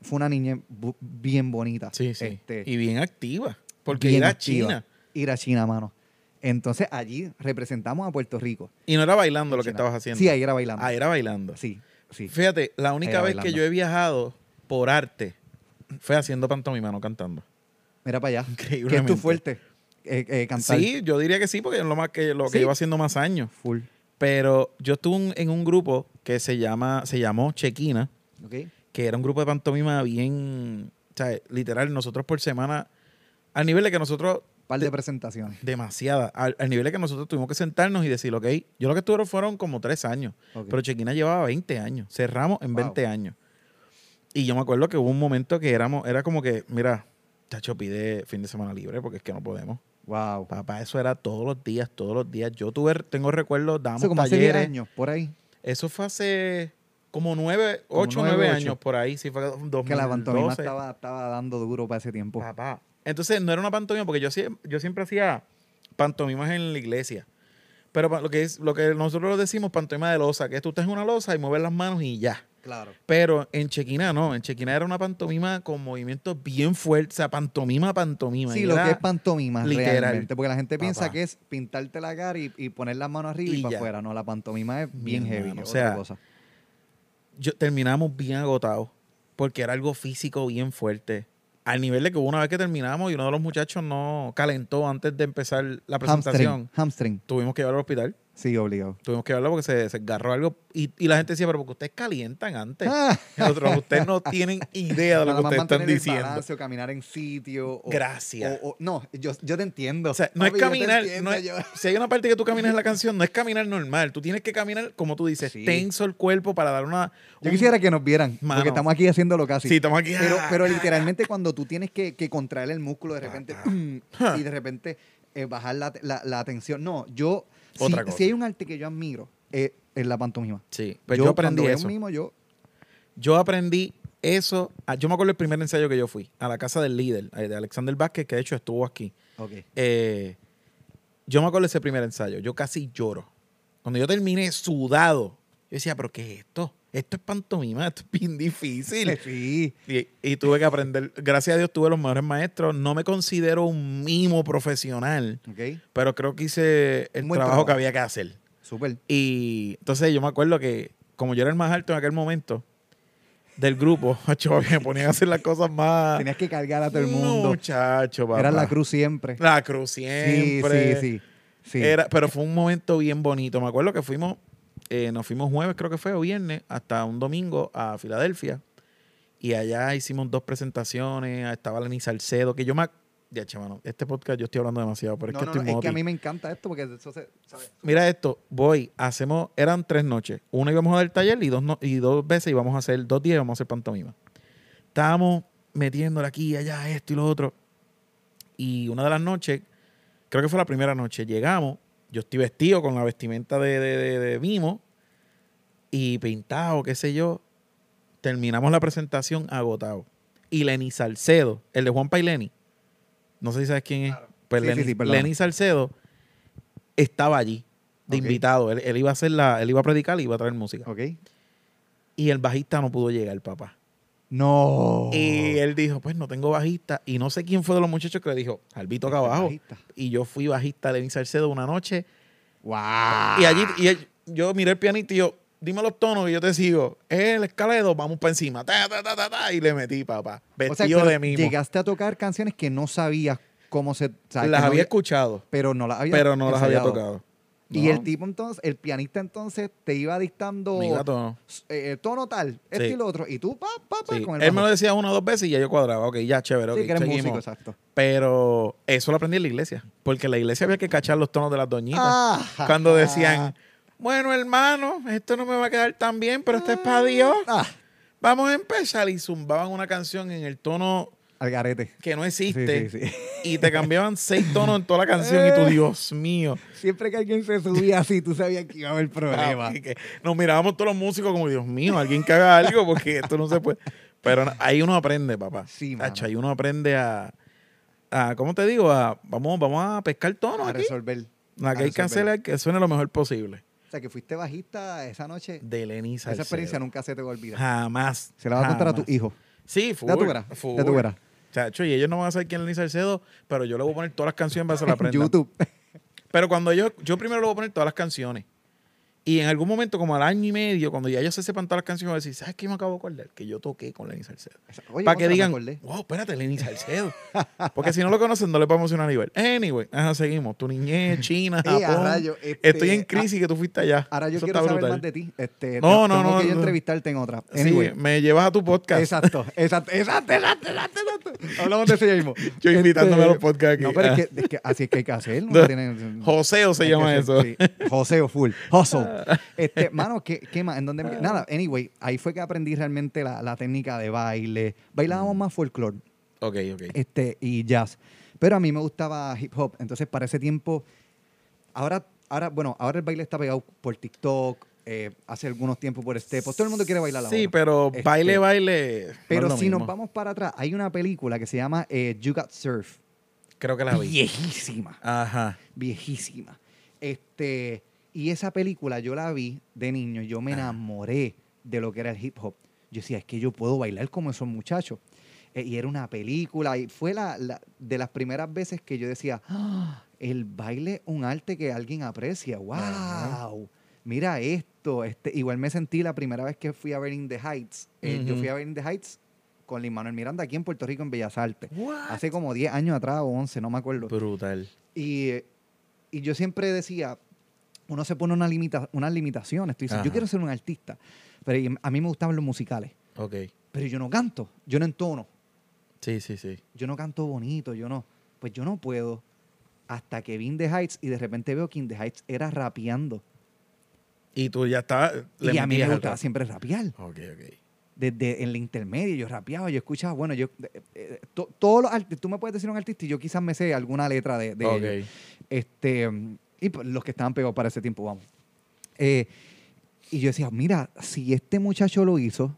S4: Fue una niña bu- bien bonita.
S2: Sí, sí.
S4: este,
S2: y bien activa. Porque
S4: bien
S2: era
S4: activa.
S2: China.
S4: Ir a China, mano. Entonces allí representamos a Puerto Rico.
S2: Y no era bailando lo que
S4: China.
S2: estabas haciendo.
S4: Sí, ahí era bailando.
S2: Ah, era bailando.
S4: Sí, sí.
S2: Fíjate, la única
S4: Era
S2: vez que
S4: bailando.
S2: yo he viajado por arte fue haciendo pantomima, no cantando.
S4: Mira para allá. ¿Qué es
S2: Increíblemente.
S4: tu fuerte? Eh, eh, cantar.
S2: Sí, yo diría que sí, porque es lo, más que, lo que
S4: Sí.
S2: llevo haciendo más años.
S4: Full.
S2: Pero yo estuve un- en un grupo que se, llama, se llamó Chequina,
S4: ¿Ok?
S2: que era un grupo de pantomima bien, o sea, literal, nosotros por semana, al nivel de que nosotros,
S4: Par de presentaciones.
S2: demasiada, al, al nivel de que nosotros tuvimos que sentarnos y decir, ok, yo lo que estuvieron fueron como tres años,
S4: Ok.
S2: pero Chequina llevaba 20 años, cerramos en
S4: Wow.
S2: 20 años. Y yo me acuerdo que hubo un momento que éramos, era como que, mira, chacho, pide fin de semana libre porque es que no podemos.
S4: wow.
S2: Papá, eso era todos los días, todos los días. Yo tuve, tengo recuerdos, damos
S4: Eso como hace 10
S2: talleres.
S4: años, por ahí.
S2: Eso fue hace como nueve,
S4: Como
S2: ocho,
S4: nueve,
S2: nueve
S4: ocho.
S2: años por ahí. Sí, fue
S4: Que la pantomima
S2: 2012.
S4: estaba, estaba dando duro para ese tiempo.
S2: Papá. Entonces, no era una pantomima, porque yo, sie- yo siempre hacía pantomimas en la iglesia. Pero pa- lo que, es, lo que nosotros decimos pantomima de losa, que es tú estás en una losa y mueves las manos y ya.
S4: Claro.
S2: Pero en Chequina no, en Chequina era una pantomima con movimientos bien fuertes, o sea, pantomima, pantomima.
S4: Sí,
S2: y
S4: lo
S2: era-
S4: que es pantomima
S2: literal.
S4: realmente, porque la gente piensa
S2: Papá.
S4: que es pintarte la cara y, y poner las manos arriba y,
S2: Y
S4: para
S2: ya.
S4: afuera. No, la pantomima es
S2: Mi
S4: bien heavy,
S2: hermano,
S4: es
S2: o
S4: otra
S2: sea,
S4: cosa.
S2: yo- terminamos bien agotados porque era algo físico bien fuerte. Al nivel de que hubo una vez que terminamos y uno de los muchachos no calentó antes de empezar la presentación.
S4: Hamstring, hamstring,
S2: Tuvimos que llevarlo al hospital.
S4: sí, obligado.
S2: Tuvimos que llevarlo porque se, se agarró algo. Y, y la gente decía, pero porque ustedes calientan antes.
S4: Ah,
S2: Nosotros, ustedes no tienen idea de lo
S4: nada
S2: que
S4: más
S2: ustedes están
S4: mantener el
S2: diciendo.
S4: balance o caminar en sitio. O,
S2: Gracias.
S4: o- o- no, yo, yo te entiendo.
S2: O sea, no es
S4: Papi, yo te
S2: caminar.
S4: entiendo,
S2: no es-
S4: yo-
S2: si hay una parte que tú caminas en la canción, no es caminar normal. Tú tienes que caminar, como tú dices,
S4: Sí.
S2: tenso el cuerpo para dar una. un-
S4: Yo quisiera que nos vieran,
S2: Mano.
S4: porque estamos aquí haciéndolo casi.
S2: Sí, estamos aquí.
S4: Pero, pero literalmente cuando tú tienes que, que contraer el músculo de repente y de repente eh, bajar la, la- la tensión. No, yo, si-
S2: Otra
S4: si,
S2: cosa.
S4: hay un arte que yo admiro, eh, es la pantomima.
S2: Sí, pues yo, aprendí
S4: cuando veo
S2: eso.
S4: un mimo, yo,
S2: Yo aprendí eso. ah, Yo me acuerdo el primer ensayo que yo fui a la casa del líder, eh, de Alexander Vázquez, que de hecho estuvo aquí.
S4: ok,
S2: Eh, yo me acuerdo ese primer ensayo. Yo casi lloro. Cuando yo terminé sudado, yo decía, ¿pero qué es esto? Esto es pantomima, esto es bien difícil.
S4: Eh, sí,
S2: Y, y tuve que aprender. Gracias a Dios tuve los mejores maestros. No me considero un mimo profesional,
S4: ok,
S2: pero creo que hice el
S4: Un buen
S2: trabajo,
S4: trabajo.
S2: que había que hacer.
S4: súper.
S2: Y entonces yo me acuerdo que, como yo era el más alto en aquel momento del grupo, yo me ponían a hacer las cosas más.
S4: Tenías que cargar a todo el mundo.
S2: Muchacho, papá.
S4: Era la cruz siempre.
S2: La cruz siempre.
S4: Sí, sí, sí. sí.
S2: Era, pero fue un momento bien bonito. Me acuerdo que fuimos, eh, nos fuimos jueves, creo que fue, o viernes, hasta un domingo a Filadelfia. Y allá hicimos dos presentaciones. Estaba Lenny Salcedo, que yo me. ac- Ya, chaval, este podcast yo estoy hablando demasiado, pero
S4: No,
S2: es que
S4: no,
S2: estoy
S4: no, es que a
S2: moti.
S4: mí me encanta esto porque eso se, ¿sabes?
S2: Mira esto, voy, hacemos, eran tres noches. Una íbamos a dar taller y dos, no- y dos veces íbamos a hacer, dos días íbamos a hacer pantomima. Estábamos metiéndole aquí y allá, esto y lo otro. Y una de las noches, creo que fue la primera noche, llegamos, yo estoy vestido con la vestimenta de, de, de- de Mimo y pintado, qué sé yo. Terminamos la presentación agotado. Y Lenny Salcedo, el de Juan Paileni, no sé si sabes quién es, pues
S4: Sí,
S2: Lenny,
S4: sí, sí, perdón.
S2: Lenny Salcedo estaba allí de
S4: Ok.
S2: invitado. Él, él iba a hacer la, él iba a predicar y iba a traer música.
S4: ok.
S2: Y el bajista no pudo llegar, papá.
S4: No.
S2: Y él dijo, pues no tengo bajista. Y no sé quién fue de los muchachos que le dijo, Albito
S4: Este
S2: acá abajo. Y yo fui bajista de Lenny Salcedo una noche.
S4: Wow.
S2: Y allí, y él- yo miré el pianista y yo, dime los tonos que yo te sigo. Es el escaledo, vamos para encima. Ta, ta, ta, ta, ta, y le metí, papá.
S4: O sea,
S2: Vestido
S4: pero
S2: de mimo.
S4: Llegaste a tocar canciones que no sabías cómo se. o sea, que
S2: Las
S4: no
S2: había escuchado,
S4: Pero no las había
S2: pero no las había
S4: ensayado.
S2: tocado.
S4: Y
S2: No.
S4: el tipo entonces, el pianista entonces te iba dictando
S2: Ni gato, no.
S4: s- eh, tono tal, este
S2: Sí.
S4: y lo otro. Y tú, pa, pa, pa,
S2: Sí.
S4: con el
S2: Él me
S4: bajo.
S2: lo decía una o dos veces y ya yo cuadraba. Ok, ya, chévere, ok,
S4: Sí, que eres
S2: seguimos.
S4: músico, exacto.
S2: Pero eso lo aprendí en la iglesia. Porque en la iglesia había que cachar los tonos de las doñitas.
S4: Ah,
S2: cuando decían, bueno, hermano, esto no me va a quedar tan bien, pero esto es para Dios.
S4: ah,
S2: Vamos a empezar. Y zumbaban una canción en el tono
S4: al garete.
S2: que no
S4: Sí,
S2: existe.
S4: sí, sí.
S2: Y te cambiaban seis tonos en toda la canción. Y tú, Dios mío.
S4: Siempre que alguien se subía así, tú sabías que iba a haber problema.
S2: Así que Nos mirábamos todos los músicos como, Dios mío, alguien que haga algo porque esto no se puede. Pero na- ahí uno aprende, papá.
S4: Sí, mano.
S2: Tacho, ahí uno aprende a, a, ¿cómo te digo? A, vamos, vamos a pescar tonos
S4: a
S2: aquí.
S4: resolver.
S2: La que hay que
S4: a
S2: hacer
S4: resolver.
S2: es que suene lo mejor posible.
S4: O sea, que fuiste bajista esa noche.
S2: De Lenny
S4: Esa
S2: Salcedo.
S4: experiencia nunca se te va a olvidar.
S2: Jamás.
S4: Se la vas a contar a tu
S2: jamás.
S4: hijo.
S2: Sí, full.
S4: Ya tú verás,
S2: full.
S4: ya tú verás.
S2: Chacho, y ellos no van a saber quién es Lenny Salcedo, pero yo le voy a poner todas las canciones para que se la
S4: En
S2: aprendan.
S4: YouTube.
S2: Pero cuando yo, yo primero le voy a poner todas las canciones. Y en algún momento, como al año y medio, cuando ya ellos se sepan todas las canciones, voy a decir, ¿sabes qué me acabo de acordar? Que yo toqué con Lenny Salcedo.
S4: Oye,
S2: para que
S4: contra, me
S2: digan,
S4: acordé.
S2: wow, espérate, Lenny Salcedo. Porque si no lo conocen, no le podemos emocionar a nivel. Anyway, ajá, seguimos. Tu niñez, China,
S4: Eh, a
S2: Japón.
S4: rayo, este,
S2: Estoy en crisis que tú fuiste allá.
S4: Ahora yo
S2: Eso
S4: quiero
S2: está
S4: saber
S2: brutal.
S4: más de ti. Este,
S2: No,
S4: tengo
S2: no, no,
S4: que yo
S2: no.
S4: entrevistarte en otra.
S2: Sí,
S4: Anyway.
S2: me llevas a tu podcast.
S4: Exacto, exacto, exacto, exacto, exacto, exacto. Hablamos de eso ya mismo. Este,
S2: Yo invitándome a los podcasts aquí.
S4: No, pero
S2: Ah.
S4: es que, es que así es que hay que hacer. No
S2: No.
S4: tienen-
S2: Joseo se
S4: hay que
S2: llama
S4: hacer,
S2: eso.
S4: sí. Joseo, full. Hustle. Este, mano, ¿qué, qué más? ¿En dónde
S2: Ah.
S4: me- Nada, anyway, ahí fue que aprendí realmente la, la técnica de baile. Bailábamos
S2: Mm.
S4: más folclore
S2: Ok, ok.
S4: este, y jazz. Pero a mí me gustaba hip hop. Entonces, para ese tiempo, ahora, ahora bueno, ahora el baile está pegado por TikTok, eh, hace algunos tiempos por Stepos. pues Todo el mundo quiere bailar ahora.
S2: Sí, pero
S4: Este,
S2: baile, baile. no es
S4: Pero
S2: lo
S4: si
S2: mismo.
S4: nos vamos para atrás, hay una película que se llama eh, You Got Surf.
S2: Creo que la vi.
S4: Viejísima,
S2: Ajá.
S4: viejísima. Este, y esa película yo la vi de niño, yo me
S2: Ah.
S4: enamoré de lo que era el hip hop. Yo decía, es que yo puedo bailar como esos muchachos. Eh, y era una película, y fue la, la- de las primeras veces que yo decía, "Ah, el baile es un arte que alguien aprecia, wow,
S2: Ajá.
S4: mira esto. Este, igual me sentí la primera vez que fui a ver In the Heights. Eh, Yo
S2: Ujú.
S4: fui a ver In the Heights con Lin Manuel Miranda aquí en Puerto Rico, en Bellas Artes. Hace como 10 años atrás o 11, no me acuerdo.
S2: Brutal.
S4: Y, eh, y yo siempre decía, uno se pone una limita, unas limitaciones. Tú dices,
S2: Ajá.
S4: yo quiero ser un artista, pero y- a mí me gustaban los musicales,
S2: Ok.
S4: pero yo no canto, yo no entono,
S2: Sí, sí, sí.
S4: yo no canto bonito, yo no. Pues yo no puedo. Hasta que vi In The Heights y de repente veo que In The Heights era rapeando.
S2: Y tú ya estabas. le
S4: y a mí
S2: metías
S4: me
S2: al
S4: gustaba
S2: rap.
S4: siempre rapear.
S2: Ok, ok.
S4: Desde en la intermedia yo rapeaba, yo escuchaba, bueno, yo... eh, eh, to- todos los artistas, tú me puedes decir un artista y yo quizás me sé alguna letra de, de
S2: ok.
S4: ellos. Este, mm, y pues, los que estaban pegados para ese tiempo, vamos. Eh, y yo decía, mira, si este muchacho lo hizo,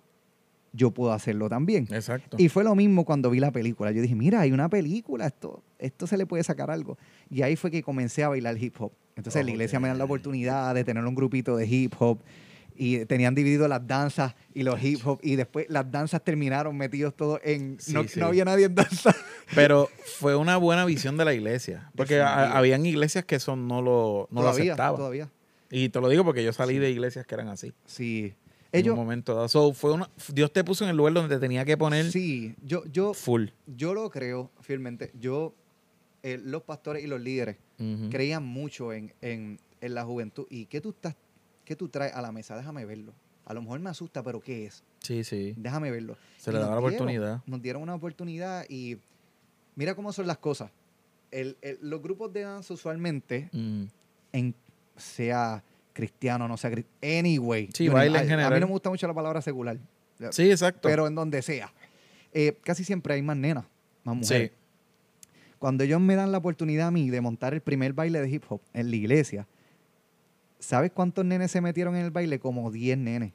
S4: yo puedo hacerlo también.
S2: Exacto.
S4: Y fue lo mismo cuando vi la película. Yo dije, mira, hay una película, esto, esto se le puede sacar algo. Y ahí fue que comencé a bailar hip hop. Entonces en la iglesia me dan la
S2: Ok.
S4: oportunidad de tener un grupito de hip hop. Y tenían dividido las danzas y los hip hop. Y después las danzas terminaron metidos todos en...
S2: Sí,
S4: no,
S2: sí.
S4: no había nadie en danza.
S2: Pero fue una buena visión de la iglesia. Porque a-
S4: Definitivo.
S2: habían iglesias que eso no lo, no lo
S4: todavía,
S2: aceptaban.
S4: todavía.
S2: Y te lo digo porque yo salí de iglesias que eran así.
S4: Sí.
S2: En un momento dado. So, fue una, Dios te puso en el lugar donde te tenía que poner
S4: Sí, yo, yo,
S2: full.
S4: yo lo creo fielmente. Yo, eh, los pastores y los líderes
S2: Ujú.
S4: creían mucho en, en- en la juventud. ¿Y qué tú, estás, qué tú traes a la mesa? Déjame verlo. A lo mejor me asusta, pero ¿qué es?
S2: Sí, sí.
S4: Déjame verlo.
S2: Se
S4: Y
S2: le
S4: nos
S2: daba la
S4: dieron-
S2: oportunidad.
S4: Nos dieron una oportunidad y mira cómo son las cosas. El- el- los grupos de danza usualmente,
S2: Mm.
S4: en, sea cristiano, no sea cristiano, anyway.
S2: Sí,
S4: yo ni-
S2: baile en
S4: a- A mí
S2: general.
S4: no me gusta mucho la palabra secular.
S2: Sí, exacto.
S4: pero en donde sea. Eh, casi siempre hay más nenas, más mujeres.
S2: Sí.
S4: Cuando ellos me dan la oportunidad a mí de montar el primer baile de hip hop en la iglesia, ¿sabes cuántos nenes se metieron en el baile? Como 10 nenes,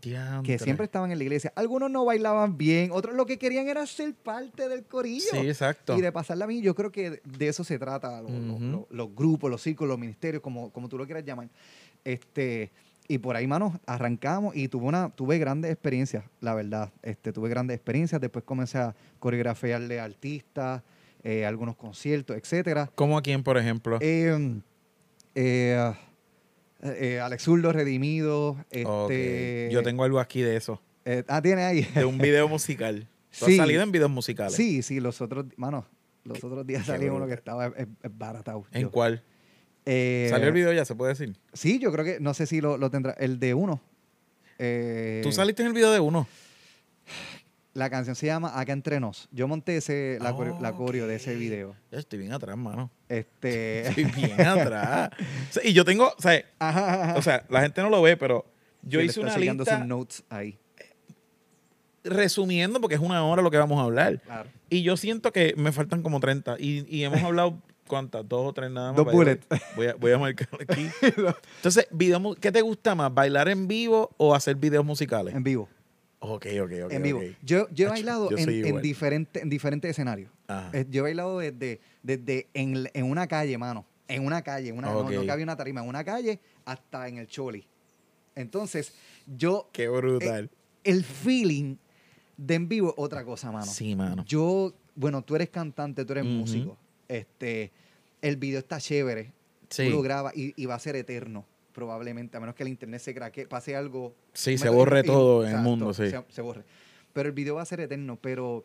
S2: Diantre.
S4: que siempre estaban en la iglesia. Algunos no bailaban bien, otros lo que querían era ser parte del corillo.
S2: Sí, exacto.
S4: Y de pasarla a mí, yo creo que de eso se trata, lo- lo-
S2: Ujú.
S4: lo- los grupos, los círculos, los ministerios, como, como tú lo quieras llamar. Este, y por ahí, manos, arrancamos y tuve, una, tuve grandes experiencias, la verdad. Este, tuve grandes experiencias, después comencé a coreografiarle a artistas, eh,
S2: Ah.
S4: algunos conciertos, etcétera.
S2: Como a quién, por ejemplo.
S4: Em, Eh, eh, eh, Alex Zurdo, Redimido. Este,
S2: Ok. Yo tengo algo aquí de eso,
S4: eh, ah, tiene ahí.
S2: de un video musical. Tú
S4: Sí.
S2: has salido en videos musicales.
S4: Sí, sí, los otros, mano, los otros días
S2: qué
S4: salió uno
S2: brutal.
S4: que estaba eh, eh, baratado.
S2: ¿En
S4: yo.
S2: cuál?
S4: Eh,
S2: ¿Salió el video ya? ¿Se puede decir?
S4: Sí, yo creo que, no sé si lo, lo tendrá, el de uno. Eh,
S2: Tú saliste en el video de uno.
S4: La canción se llama Acá entre nos. Yo monté ese, la, coreo- la
S2: Ah, Ok.
S4: coreo de ese video.
S2: Ya estoy bien atrás, mano.
S4: Este.
S2: Estoy bien atrás. O sea, y yo tengo, o sea,
S4: Ajá, ajá, ajá.
S2: o sea, la gente no lo ve, pero yo
S4: Él
S2: hice
S4: está
S2: una
S4: chequeando
S2: lista
S4: sus notes ahí.
S2: resumiendo porque es una hora lo que vamos a hablar.
S4: Claro.
S2: Y yo siento que me faltan como 30. Y, y hemos hablado, ¿cuántas? Dos o tres nada más.
S4: Dos
S2: para yo-
S4: bullets.
S2: Voy a, voy a marcar aquí. Entonces, video mu- ¿qué te gusta más? ¿Bailar en vivo o hacer videos musicales?
S4: En vivo.
S2: Ok, ok, ok.
S4: en vivo.
S2: ok.
S4: Yo, yo he
S2: Acho,
S4: bailado
S2: yo
S4: en,
S2: soy
S4: en
S2: igual. Ah.
S4: diferente, en diferentes escenarios.
S2: Ajá.
S4: Eh, Yo he bailado desde, desde en, en una calle, mano. En una calle, en una, no- no,
S2: Ok.
S4: cabía una tarima, en una calle hasta en el choli. Entonces, yo,
S2: Qué
S4: Eh,
S2: brutal.
S4: el feeling de en vivo es otra cosa, mano.
S2: Sí, mano.
S4: Yo, bueno, tú eres cantante, tú eres
S2: Ujú.
S4: músico. Este, el video está chévere.
S2: Sí.
S4: Tú lo grabas y, y va a ser eterno, probablemente, a menos que el internet se craque, pase algo.
S2: Sí,
S4: un
S2: se
S4: método-
S2: borre
S4: y-
S2: todo en el
S4: exacto,
S2: mundo, sí.
S4: Se, se borre. Pero el video va a ser eterno, pero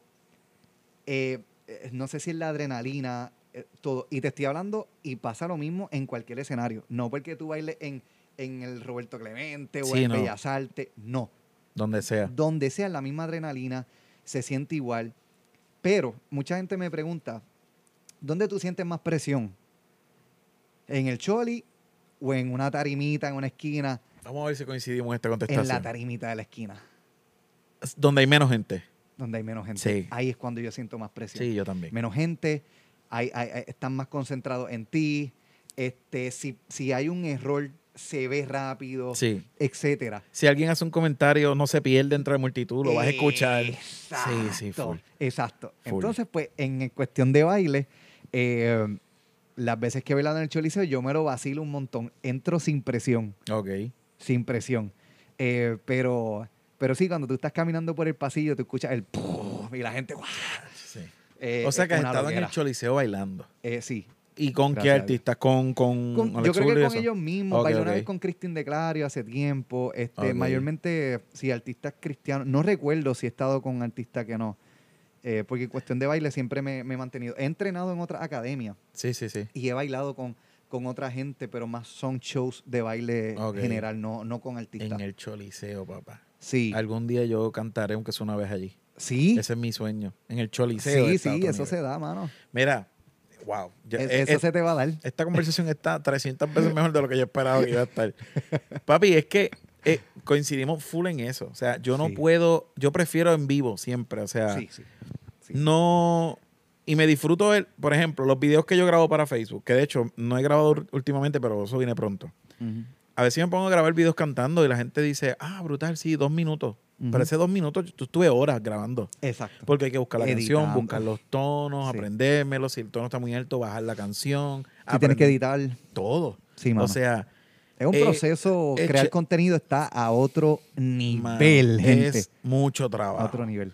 S4: eh, eh, no sé si es la adrenalina, eh, todo. Y te estoy hablando y pasa lo mismo en cualquier escenario. No porque tú bailes en, en el Roberto Clemente o
S2: Sí,
S4: en
S2: no.
S4: Bellas Artes, no
S2: Donde sea.
S4: donde sea la misma adrenalina, se siente igual. Pero mucha gente me pregunta, ¿dónde tú sientes más presión? ¿En el choli o en una tarimita, en una esquina?
S2: Vamos a ver si coincidimos en esta
S4: En la
S2: contestación.
S4: tarimita de la esquina,
S2: Donde hay menos gente.
S4: donde hay menos gente.
S2: Sí.
S4: Ahí es cuando yo siento más presión.
S2: Sí, yo también.
S4: Menos gente, hay- hay- hay- están más concentrados en ti. Este, si, si hay un error, se ve rápido,
S2: Sí.
S4: etcétera.
S2: Si alguien hace un comentario, no se pierde entre la multitud, lo vas a escuchar.
S4: Exacto.
S2: Sí, sí, full.
S4: Exacto.
S2: Full.
S4: Entonces, pues, en cuestión de baile, eh, las veces que he bailado en el Choliseo, yo me lo vacilo un montón. Entro sin presión,
S2: Ok.
S4: sin presión. Eh, pero, pero sí, cuando tú estás caminando por el pasillo, tú escuchas el ¡pum! y la gente. ¡guau!
S2: Sí.
S4: Eh,
S2: o sea
S4: es
S2: que has
S4: una
S2: estado en
S4: loquera.
S2: el Choliseo bailando.
S4: Eh, sí.
S2: ¿Y con
S4: Gracias
S2: qué
S4: a Dios.
S2: artistas? ¿Con, con,
S4: Con- yo
S2: Mm, Alex
S4: creo que
S2: Zurdo y
S4: con
S2: eso?
S4: ellos mismos.
S2: Ok,
S4: Bailé
S2: ok.
S4: una vez con Christine de Clario hace tiempo. Este,
S2: Ok.
S4: Mayormente, sí, artistas cristianos. No recuerdo si he estado con artistas que no. eh, porque en cuestión de baile siempre me, me he mantenido. He entrenado en otras academias
S2: Sí, sí, sí.
S4: y he bailado con, con otra gente, pero más son shows de baile
S2: Ok.
S4: general, no, no con
S2: En
S4: artistas.
S2: el Choliseo, papá.
S4: Sí,
S2: Algún día yo cantaré, aunque sea una vez allí.
S4: sí,
S2: Ese es mi sueño. En el Choliseo.
S4: sí,
S2: de Estados
S4: sí, eso
S2: Unidos.
S4: se da, mano.
S2: Mira, wow. Yo-
S4: Es-
S2: eh,
S4: eso
S2: eh,
S4: se te va a dar.
S2: Esta conversación está 300 veces mejor de lo que yo esperaba que iba a estar. Papi, es que eh, coincidimos full en eso. O sea, yo no
S4: Sí.
S2: puedo, yo prefiero en vivo siempre. O sea,
S4: Sí, sí. sí.
S2: no. Y me disfruto, el, por ejemplo, los videos que yo grabo para Facebook, que de hecho no he grabado ur- últimamente, pero eso viene pronto.
S4: Ujú.
S2: A veces me pongo a grabar videos cantando y la gente dice, ah, brutal, sí, dos minutos.
S4: Ujú.
S2: Parece dos minutos, yo- yo estuve horas grabando.
S4: Exacto.
S2: Porque hay que buscar la canción,
S4: Editando.
S2: buscar los tonos,
S4: Sí.
S2: aprendérmelo. Si el tono está muy alto, bajar la canción.
S4: Si tienes que
S2: aprender
S4: editar.
S2: Todo.
S4: Sí, mano.
S2: O sea,
S4: Es un
S2: Eh,
S4: proceso,
S2: eh,
S4: crear
S2: che-
S4: contenido está a otro
S2: mano,
S4: nivel, gente.
S2: es mucho
S4: A
S2: trabajo.
S4: otro nivel.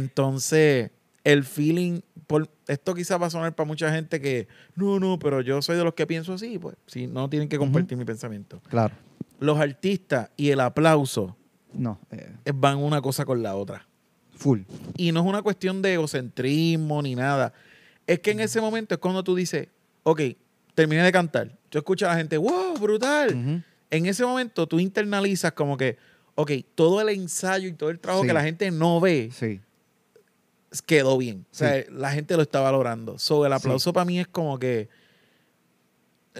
S2: Entonces, el feeling, por, esto quizás va a sonar para mucha gente que, no, no, pero yo soy de los que pienso así, pues, si no tienen que compartir mi pensamiento.
S4: Claro.
S2: Los artistas y el aplauso
S4: No, eh,
S2: eh, van una cosa con la otra.
S4: full.
S2: Y no es una cuestión de egocentrismo ni nada. Es que en ese momento es cuando tú dices, ok, terminé de cantar. Yo escucho a la gente, wow, brutal.
S4: Ujú.
S2: En ese momento tú internalizas como que, ok, todo el ensayo y todo el trabajo
S4: Sí.
S2: que la gente no ve
S4: Sí.
S2: quedó bien. O sea, la gente lo está valorando. So, el aplauso para mí es como que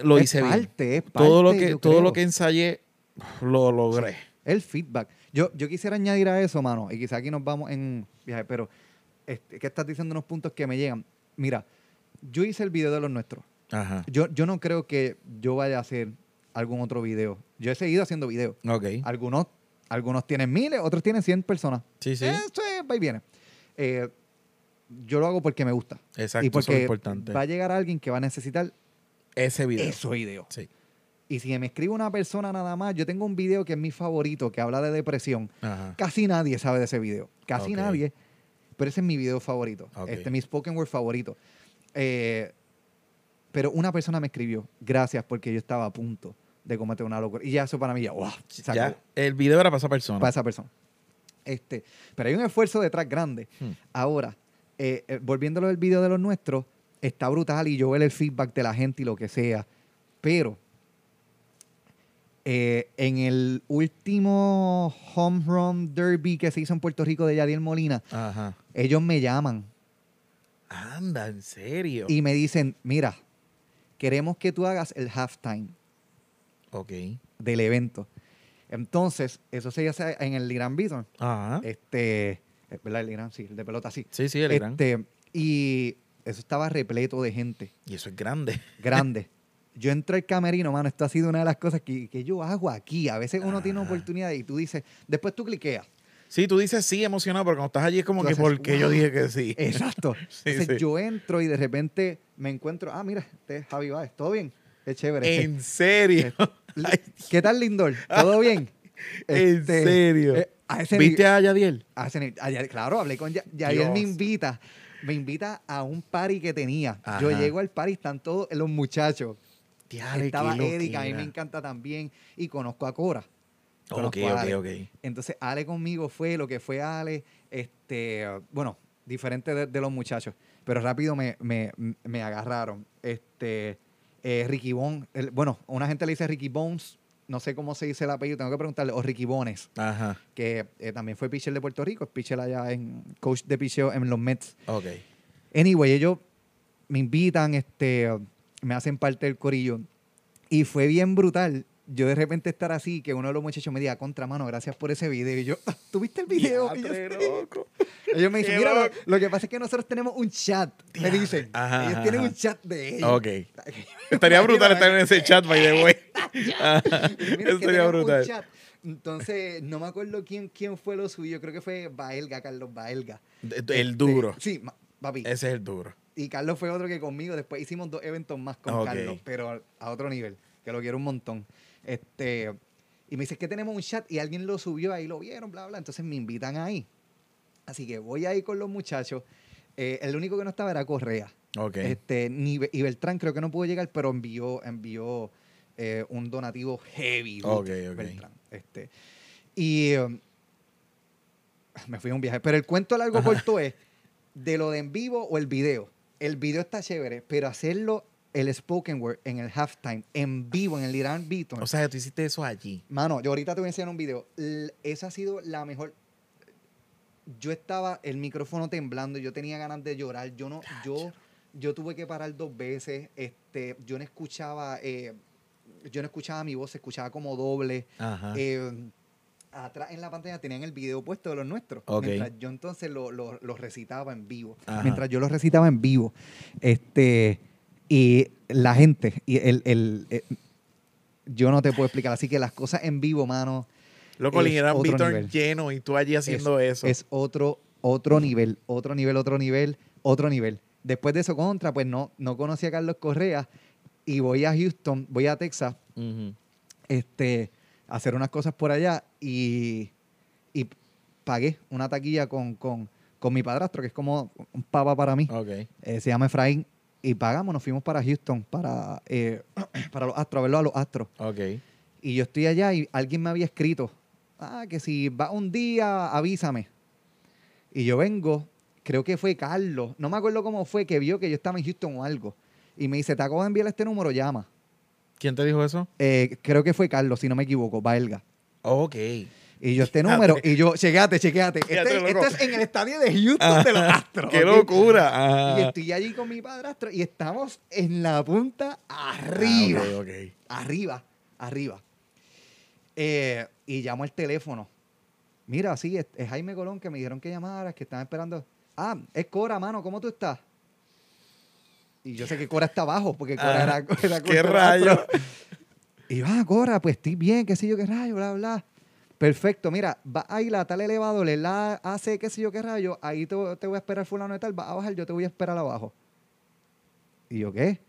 S2: lo
S4: Es
S2: hice
S4: parte,
S2: bien.
S4: es
S2: todo lo
S4: parte,
S2: que,
S4: yo
S2: todo lo
S4: creo.
S2: que ensayé lo logré.
S4: El feedback. Yo, yo quisiera añadir a eso, mano, y quizá aquí nos vamos en viaje, pero este, que estás diciendo unos puntos que me llegan. Mira, yo hice el video de los nuestros.
S2: Ajá.
S4: Yo, yo no creo que yo vaya a hacer algún otro video. Yo he seguido haciendo videos.
S2: Ok.
S4: Algunos, algunos tienen miles, otros tienen 100 personas.
S2: Sí, sí.
S4: Eso Eh, es, va y viene. Eh, yo lo hago porque me gusta.
S2: Exacto, eso es
S4: y
S2: lo
S4: porque
S2: importante.
S4: va a llegar alguien que va a necesitar
S2: Ese video.
S4: eso video.
S2: Sí.
S4: Y si me escribe una persona nada más, yo tengo un video que es mi favorito, que habla de depresión.
S2: Ajá.
S4: Casi nadie sabe de ese video. Casi
S2: Ok.
S4: nadie. Pero ese es mi video favorito.
S2: Ok.
S4: Este mi spoken word favorito. Eh, pero una persona me escribió, gracias porque yo estaba a punto de cómete una locura. Y ya eso para mí ya, wow, se
S2: Ya,
S4: acabó.
S2: el video era para esa persona.
S4: para esa persona. Este, pero hay un esfuerzo detrás grande.
S2: Hmm.
S4: Ahora, eh, eh, volviéndolo del video de los nuestros, está brutal y yo veo el feedback de la gente y lo que sea. Pero eh, en el último home run derby que se hizo en Puerto Rico de Yadiel Molina,
S2: Ajá.
S4: ellos me llaman
S2: Anda, en serio.
S4: y me dicen, mira, queremos que tú hagas el halftime.
S2: Ok.
S4: del evento. Entonces, eso se hace en el Gran Bison.
S2: Ajá.
S4: Este, ¿verdad? El Gran, sí, el de pelota, sí.
S2: sí, sí, el gran.
S4: Este, y eso estaba repleto de gente,
S2: Y eso es grande.
S4: grande. yo entré al camerino, mano, esto ha sido una de las cosas que, que yo hago aquí. A veces uno tiene
S2: Ajá.
S4: oportunidad y tú dices, después tú cliqueas.
S2: Sí, tú dices sí emocionado, pero cuando estás allí es como
S4: Tú
S2: que
S4: haces,
S2: porque yo
S4: "Wow".
S2: dije que sí.
S4: Exacto.
S2: Sí,
S4: Entonces
S2: sí.
S4: yo entro y de repente me encuentro, ah, mira, este es Javi Báez, ¿todo bien? Qué chévere. este,
S2: En serio. Ay,
S4: ¿Qué tal, Lindor? ¿Todo bien?
S2: en
S4: Este,
S2: serio.
S4: eh, a ese
S2: ¿Viste a Yadiel?
S4: Hacen el- ayer- claro, hablé con Ya- Yadier
S2: Dios.
S4: me invita, me invita a un party que tenía.
S2: Ajá.
S4: Yo llego al party, están todos los muchachos.
S2: Diablo,
S4: Estaba
S2: qué
S4: Eric, a mí me
S2: loquera.
S4: encanta también. Y conozco a Cora.
S2: Ok,
S4: conozco a
S2: ok,
S4: Ale.
S2: ok.
S4: Entonces, Ale conmigo fue lo que fue Ale, este, bueno, diferente de, de los muchachos. Pero rápido me, me- me agarraron. Este, eh, Ricky Bones, bueno, una gente le dice Ricky Bones, no sé cómo se dice el apellido, tengo que preguntarle, o Ricky Bones
S2: Ajá.
S4: que eh, también fue pitcher de Puerto Rico, es pitcher allá en coach de picheo en los Mets.
S2: Ok.
S4: Anyway, ellos me invitan, este, me hacen parte del corillo y fue bien brutal. Yo de repente estar así, que uno de los muchachos me diga, contramano, gracias por ese video. Y yo, "Ah, ¿tuviste el video? Y yo,
S2: Diatre,
S4: "Sí".
S2: loco.
S4: ellos me dicen,
S2: Qué
S4: mira, lo,
S2: loco.
S4: lo que pasa es que nosotros tenemos un chat. Me
S2: Diatre.
S4: dicen,
S2: Ajá,
S4: ellos
S2: ajá,
S4: tienen
S2: ajá.
S4: un chat de ellos.
S2: Ok. Estaría brutal estar en ese chat, by the way.
S4: Mira, es que
S2: Estaría
S4: tenemos un
S2: brutal.
S4: chat. Entonces, no me acuerdo quién, quién fue lo suyo. Creo que fue Baelga, Carlos Baelga.
S2: El duro.
S4: Este, Sí, ma- papi.
S2: Ese es el duro.
S4: Y Carlos fue otro que conmigo. Después hicimos dos eventos más con
S2: Ok.
S4: Carlos, pero a otro nivel, que lo quiero un montón. Este, y me dice que tenemos un chat y alguien lo subió ahí, lo vieron, bla, bla. Entonces me invitan ahí. Así que voy ahí con los muchachos. Eh, el único que no estaba era Correa.
S2: Ok.
S4: Este, ni Be- y Beltrán creo que no pudo llegar, pero envió, envió eh, un donativo heavy. dude,
S2: Ok, ok.
S4: Beltrán. Este, y um, me fui a un viaje. Pero el cuento largo corto es de lo de en vivo o el video. El video está chévere, pero hacerlo el spoken word en el halftime, en vivo, en el Irán Beaton.
S2: O sea, tú hiciste eso allí.
S4: Mano, yo ahorita te voy a enseñar un video. L- esa ha sido la mejor. Yo estaba el micrófono temblando, yo tenía ganas de llorar. Yo no, yo, yo tuve que parar dos veces. Este, yo no escuchaba, eh, yo no escuchaba mi voz, se escuchaba como doble.
S2: Ajá.
S4: Eh, atrás en la pantalla tenían el video puesto de los nuestros.
S2: Ok.
S4: Mientras yo entonces lo, lo- lo recitaba en vivo.
S2: Ajá.
S4: Mientras yo lo recitaba en vivo. Este, y la gente, y el, el- eh, yo no te puedo explicar. Así que las cosas en vivo, mano,
S2: Loco, le
S4: es
S2: dieron
S4: otro
S2: Beaton
S4: nivel.
S2: lleno y tú allí haciendo eso.
S4: es otro, otro nivel, otro nivel, otro nivel, otro nivel. Después de eso contra, pues no, no conocí a Carlos Correa y voy a Houston, voy a Texas
S2: Ujú.
S4: este, hacer unas cosas por allá y, y pagué una taquilla con, con, con mi padrastro, que es como un papa para mí.
S2: Ok.
S4: Eh, se llama Efraín. Y pagamos, nos fuimos para Houston, para, eh, para los astros, a verlo a los astros.
S2: Ok.
S4: Y yo estoy allá y alguien me había escrito, ah, que si va un día, avísame. Y yo vengo, creo que fue Carlos, no me acuerdo cómo fue, que vio que yo estaba en Houston o algo. Y me dice, te acabo de enviar este número, llama.
S2: ¿Quién te dijo eso?
S4: Eh, creo que fue Carlos, si no me equivoco, Valga.
S2: Ok.
S4: Y yo este número, y yo, chequeate, chequeate.
S2: Fíjate,
S4: Este,
S2: loco.
S4: este es en el estadio de Houston de los Astros.
S2: Ah, ¡Qué
S4: ¿ok?
S2: locura! Ah,
S4: Y
S2: Ajá.
S4: estoy allí con mi padrastro y estamos en la punta arriba.
S2: Ah, ok, ok.
S4: Arriba, arriba. Eh, y llamo al teléfono. Mira, sí, es, es Jaime Colón que me dijeron que llamaras, que están esperando. Ah, es Cora, mano, ¿cómo tú estás? Y yo sé que Cora está abajo, porque Cora
S2: Ah,
S4: era, era
S2: ¡Qué
S4: contraastro.
S2: rayo!
S4: Y yo, ah, Cora, pues estoy bien, qué sé yo, qué rayo, bla, bla. Perfecto, mira, va a ir a tal elevador, le la hace qué sé yo, qué rayo, ahí te, te voy a esperar fulano de tal, va a bajar, yo te voy a esperar abajo. Y yo, ¿qué?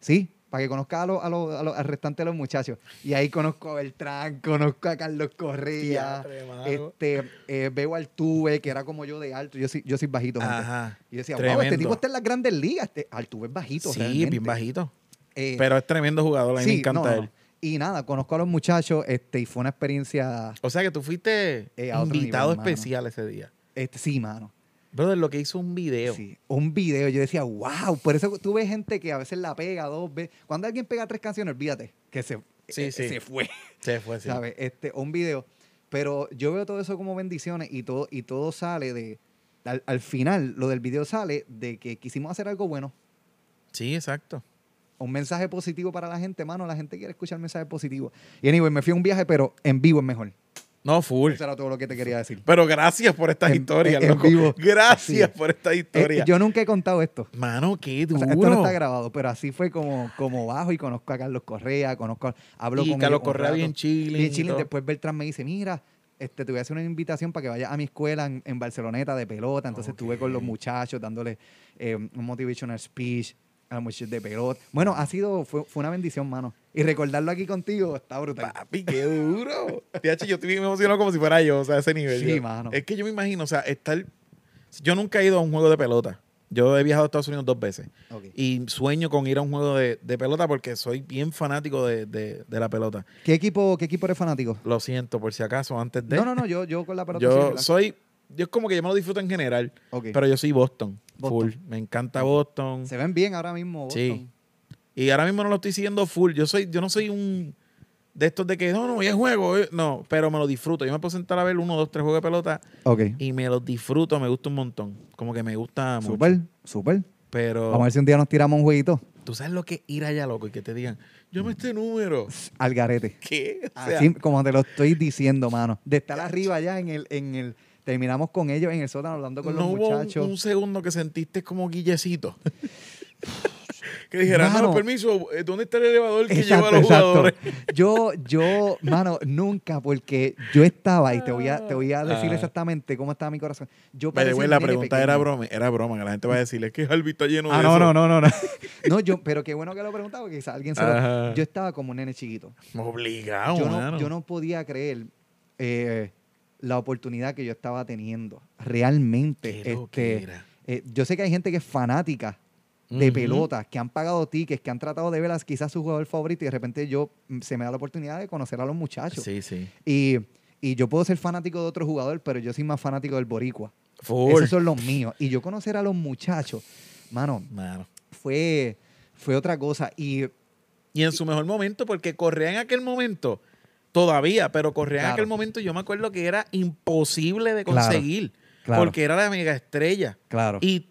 S4: Sí, para que conozca a los, a los, a los- al restante de los muchachos. Y ahí conozco a Beltrán, conozco a Carlos Correa,
S2: Diatre, mano.
S4: este, eh, veo al Tuve, que era como yo de alto, yo soy, yo soy bajito, gente.
S2: Ajá.
S4: Y yo decía, wow,
S2: Tremendo.
S4: este tipo está en las grandes ligas, este, Altuve es bajito
S2: Sí,
S4: realmente.
S2: bien bajito.
S4: Eh,
S2: Pero es tremendo jugador, a mí me
S4: no,
S2: encanta
S4: no,
S2: él.
S4: no. Y nada, conozco a los muchachos este, y fue una experiencia
S2: O sea que tú fuiste
S4: Eh, a otro
S2: invitado
S4: nivel, mano.
S2: especial ese día.
S4: este, sí, mano.
S2: Brother, lo que hizo un video.
S4: Sí, un video. Yo decía, wow. Por eso tú ves gente que a veces la pega dos veces. Cuando alguien pega tres canciones, olvídate que se,
S2: Sí,
S4: eh,
S2: sí.
S4: se fue,
S2: Se fue, sí.
S4: ¿sabes? Este, un video. Pero yo veo todo eso como bendiciones y todo, y todo sale de. Al, al final, lo del video sale de que quisimos hacer algo bueno,
S2: Sí, exacto.
S4: un mensaje positivo para la gente, mano. La gente quiere escuchar mensajes positivos. Y anyway, me fui a un viaje, pero en vivo es mejor.
S2: No, full.
S4: Eso era todo lo que te quería decir.
S2: Pero gracias por estas
S4: En-
S2: historias,
S4: en- en
S2: loco.
S4: vivo.
S2: Gracias
S4: Así es.
S2: por estas
S4: Eh,
S2: historias.
S4: yo nunca he contado esto.
S2: Mano, qué
S4: O
S2: duro.
S4: sea, esto no está grabado, pero así fue como, como bajo y conozco a Carlos Correa, conozco, hablo
S2: y
S4: con
S2: Carlos
S4: ellos un
S2: Correa
S4: rato.
S2: bien chile.
S4: Bien chilling. Después Beltrán me dice, mira, este, te voy a hacer una invitación para que vayas a mi escuela en, en Barceloneta de pelota. Entonces estuve con los
S2: Ok.
S4: muchachos dándoles eh, un motivational speech a los muchachos de pelota. Bueno, ha sido, fue, fue una bendición, mano. Y recordarlo aquí contigo está brutal.
S2: Papi, qué duro. TH, yo estoy bien emocionado como si fuera yo, o sea, a ese nivel.
S4: Sí,
S2: Yo-
S4: mano.
S2: Es que yo me imagino, o sea, estar. Yo nunca he ido a un juego de pelota. Yo he viajado a Estados Unidos dos veces.
S4: Ok.
S2: Y sueño con ir a un juego de, de pelota porque soy bien fanático de, de- de la pelota.
S4: ¿Qué equipo, qué equipo eres fanático?
S2: Lo siento, por si acaso, antes de.
S4: No, no, no, yo, yo con la pelota. sí,
S2: Yo
S4: relax.
S2: soy. Yo es como que yo me lo disfruto en general,
S4: Ok.
S2: pero yo soy Boston.
S4: Boston.
S2: Full. Me encanta Boston.
S4: Se ven bien ahora mismo.
S2: Sí.
S4: Boston.
S2: Y ahora mismo no lo estoy siguiendo full. Yo soy, yo no soy un de estos de que no, no, ya juego. eh". No, pero me lo disfruto. Yo me puedo sentar a ver uno, dos, tres juegos de pelota
S4: Ok.
S2: y me los disfruto, me gusta un montón. Como que me gusta mucho.
S4: Súper, súper.
S2: Pero
S4: Vamos a ver si un día nos tiramos un jueguito
S2: tú sabes lo que es ir allá, loco, y que te digan, yo me este número.
S4: al garete.
S2: ¿Qué? O sea,
S4: Así como te lo estoy diciendo, mano. De estar arriba allá en el, en el. Terminamos con ellos en el sótano hablando con
S2: no
S4: los
S2: hubo un-
S4: muchachos.
S2: un, segundo que sentiste como guillecito. que dijeras,
S4: Mano.
S2: no, permiso, eh, ¿dónde está el elevador que lleva a
S4: Exacto,
S2: los jugadores?
S4: exacto. Yo, yo, mano, nunca, porque yo estaba, y te voy a, te voy a decir
S2: Ah.
S4: exactamente cómo estaba mi corazón. Yo
S2: By the
S4: parecía
S2: way,
S4: un
S2: la
S4: nene
S2: pregunta era
S4: pequeño.
S2: broma, era broma, que la gente va a decir, es que Harvey está lleno
S4: Ah,
S2: de
S4: no,
S2: eso".
S4: no, no, no, no. No, yo, pero qué bueno que lo preguntaba, porque quizás alguien se lo-
S2: Ajá.
S4: Yo estaba como un nene chiquito.
S2: Obligado,
S4: yo, no,
S2: mano.
S4: yo no podía creer eh, la oportunidad que yo estaba teniendo. Realmente.
S2: Qué
S4: este,
S2: loquera.
S4: eh, yo sé que hay gente que es fanática de
S2: Ujú.
S4: pelotas, que han pagado tickets, que han tratado de ver a quizás su jugador favorito y de repente yo mm, se me da la oportunidad de conocer a los muchachos.
S2: Sí, sí.
S4: Y, y yo puedo ser fanático de otro jugador, pero yo soy más fanático del boricua.
S2: Full.
S4: Esos son los míos. Y yo conocer a los muchachos, mano,
S2: Mano.
S4: fue, fue otra cosa. Y
S2: Y en su mejor momento, porque Correa en aquel momento, todavía, pero Correa en
S4: Claro.
S2: aquel momento yo me acuerdo que era imposible de
S4: Claro,
S2: conseguir.
S4: claro.
S2: Porque era la mega estrella.
S4: claro,
S2: Y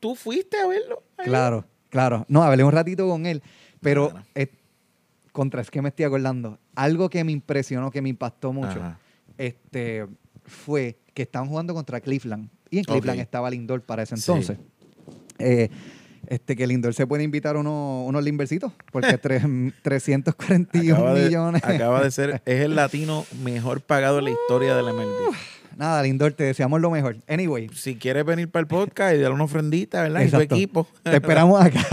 S2: tú fuiste a verlo. ahí.
S4: claro, claro. No, hablé un ratito con él, pero
S2: Claro.
S4: eh, contra es que me estoy acordando. Algo que me impresionó, que me impactó mucho.
S2: Ajá.
S4: este, fue que estaban jugando contra Cleveland. Y en
S2: Ok.
S4: Cleveland estaba Lindor para ese
S2: Sí.
S4: entonces. Eh, este, que Lindor se puede invitar uno, unos Limbercitos, porque tres- 341
S2: Acaba de,
S4: millones.
S2: acaba de ser, es el latino mejor pagado en la historia de la MLB.
S4: Nada, Lindor, te deseamos lo mejor. Anyway,
S2: Si quieres venir para el podcast y darle una ofrendita, ¿verdad? Y tu
S4: Exacto.
S2: equipo.
S4: te esperamos acá.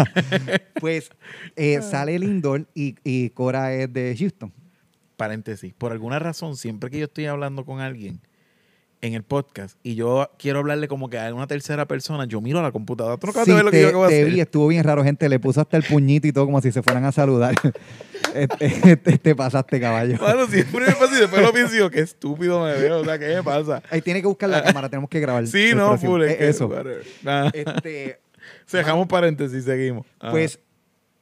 S4: pues eh, sale Lindor y, y Cora es de Houston.
S2: paréntesis, por alguna razón, siempre que yo estoy hablando con alguien en el podcast y yo quiero hablarle como que a una tercera persona, yo miro a la computadora. Tú no acabas
S4: Sí,
S2: de ver lo que yo acabo de
S4: te
S2: hacer.
S4: vi, estuvo bien raro, gente. Le puso hasta el puñito y todo como si se fueran a saludar. Este, este- te pasaste, caballo.
S2: Mano, siempre me pasa y después lo pienso y yo, qué estúpido me veo, o sea, ¿qué me pasa?
S4: Ahí tiene que buscar la cámara, tenemos que grabar.
S2: Sí,
S4: el
S2: no,
S4: próximo.
S2: full, es
S4: Eh,
S2: que-
S4: Eso.
S2: whatever. Nah,
S4: Este,
S2: se dejamos paréntesis, seguimos. Ah,
S4: pues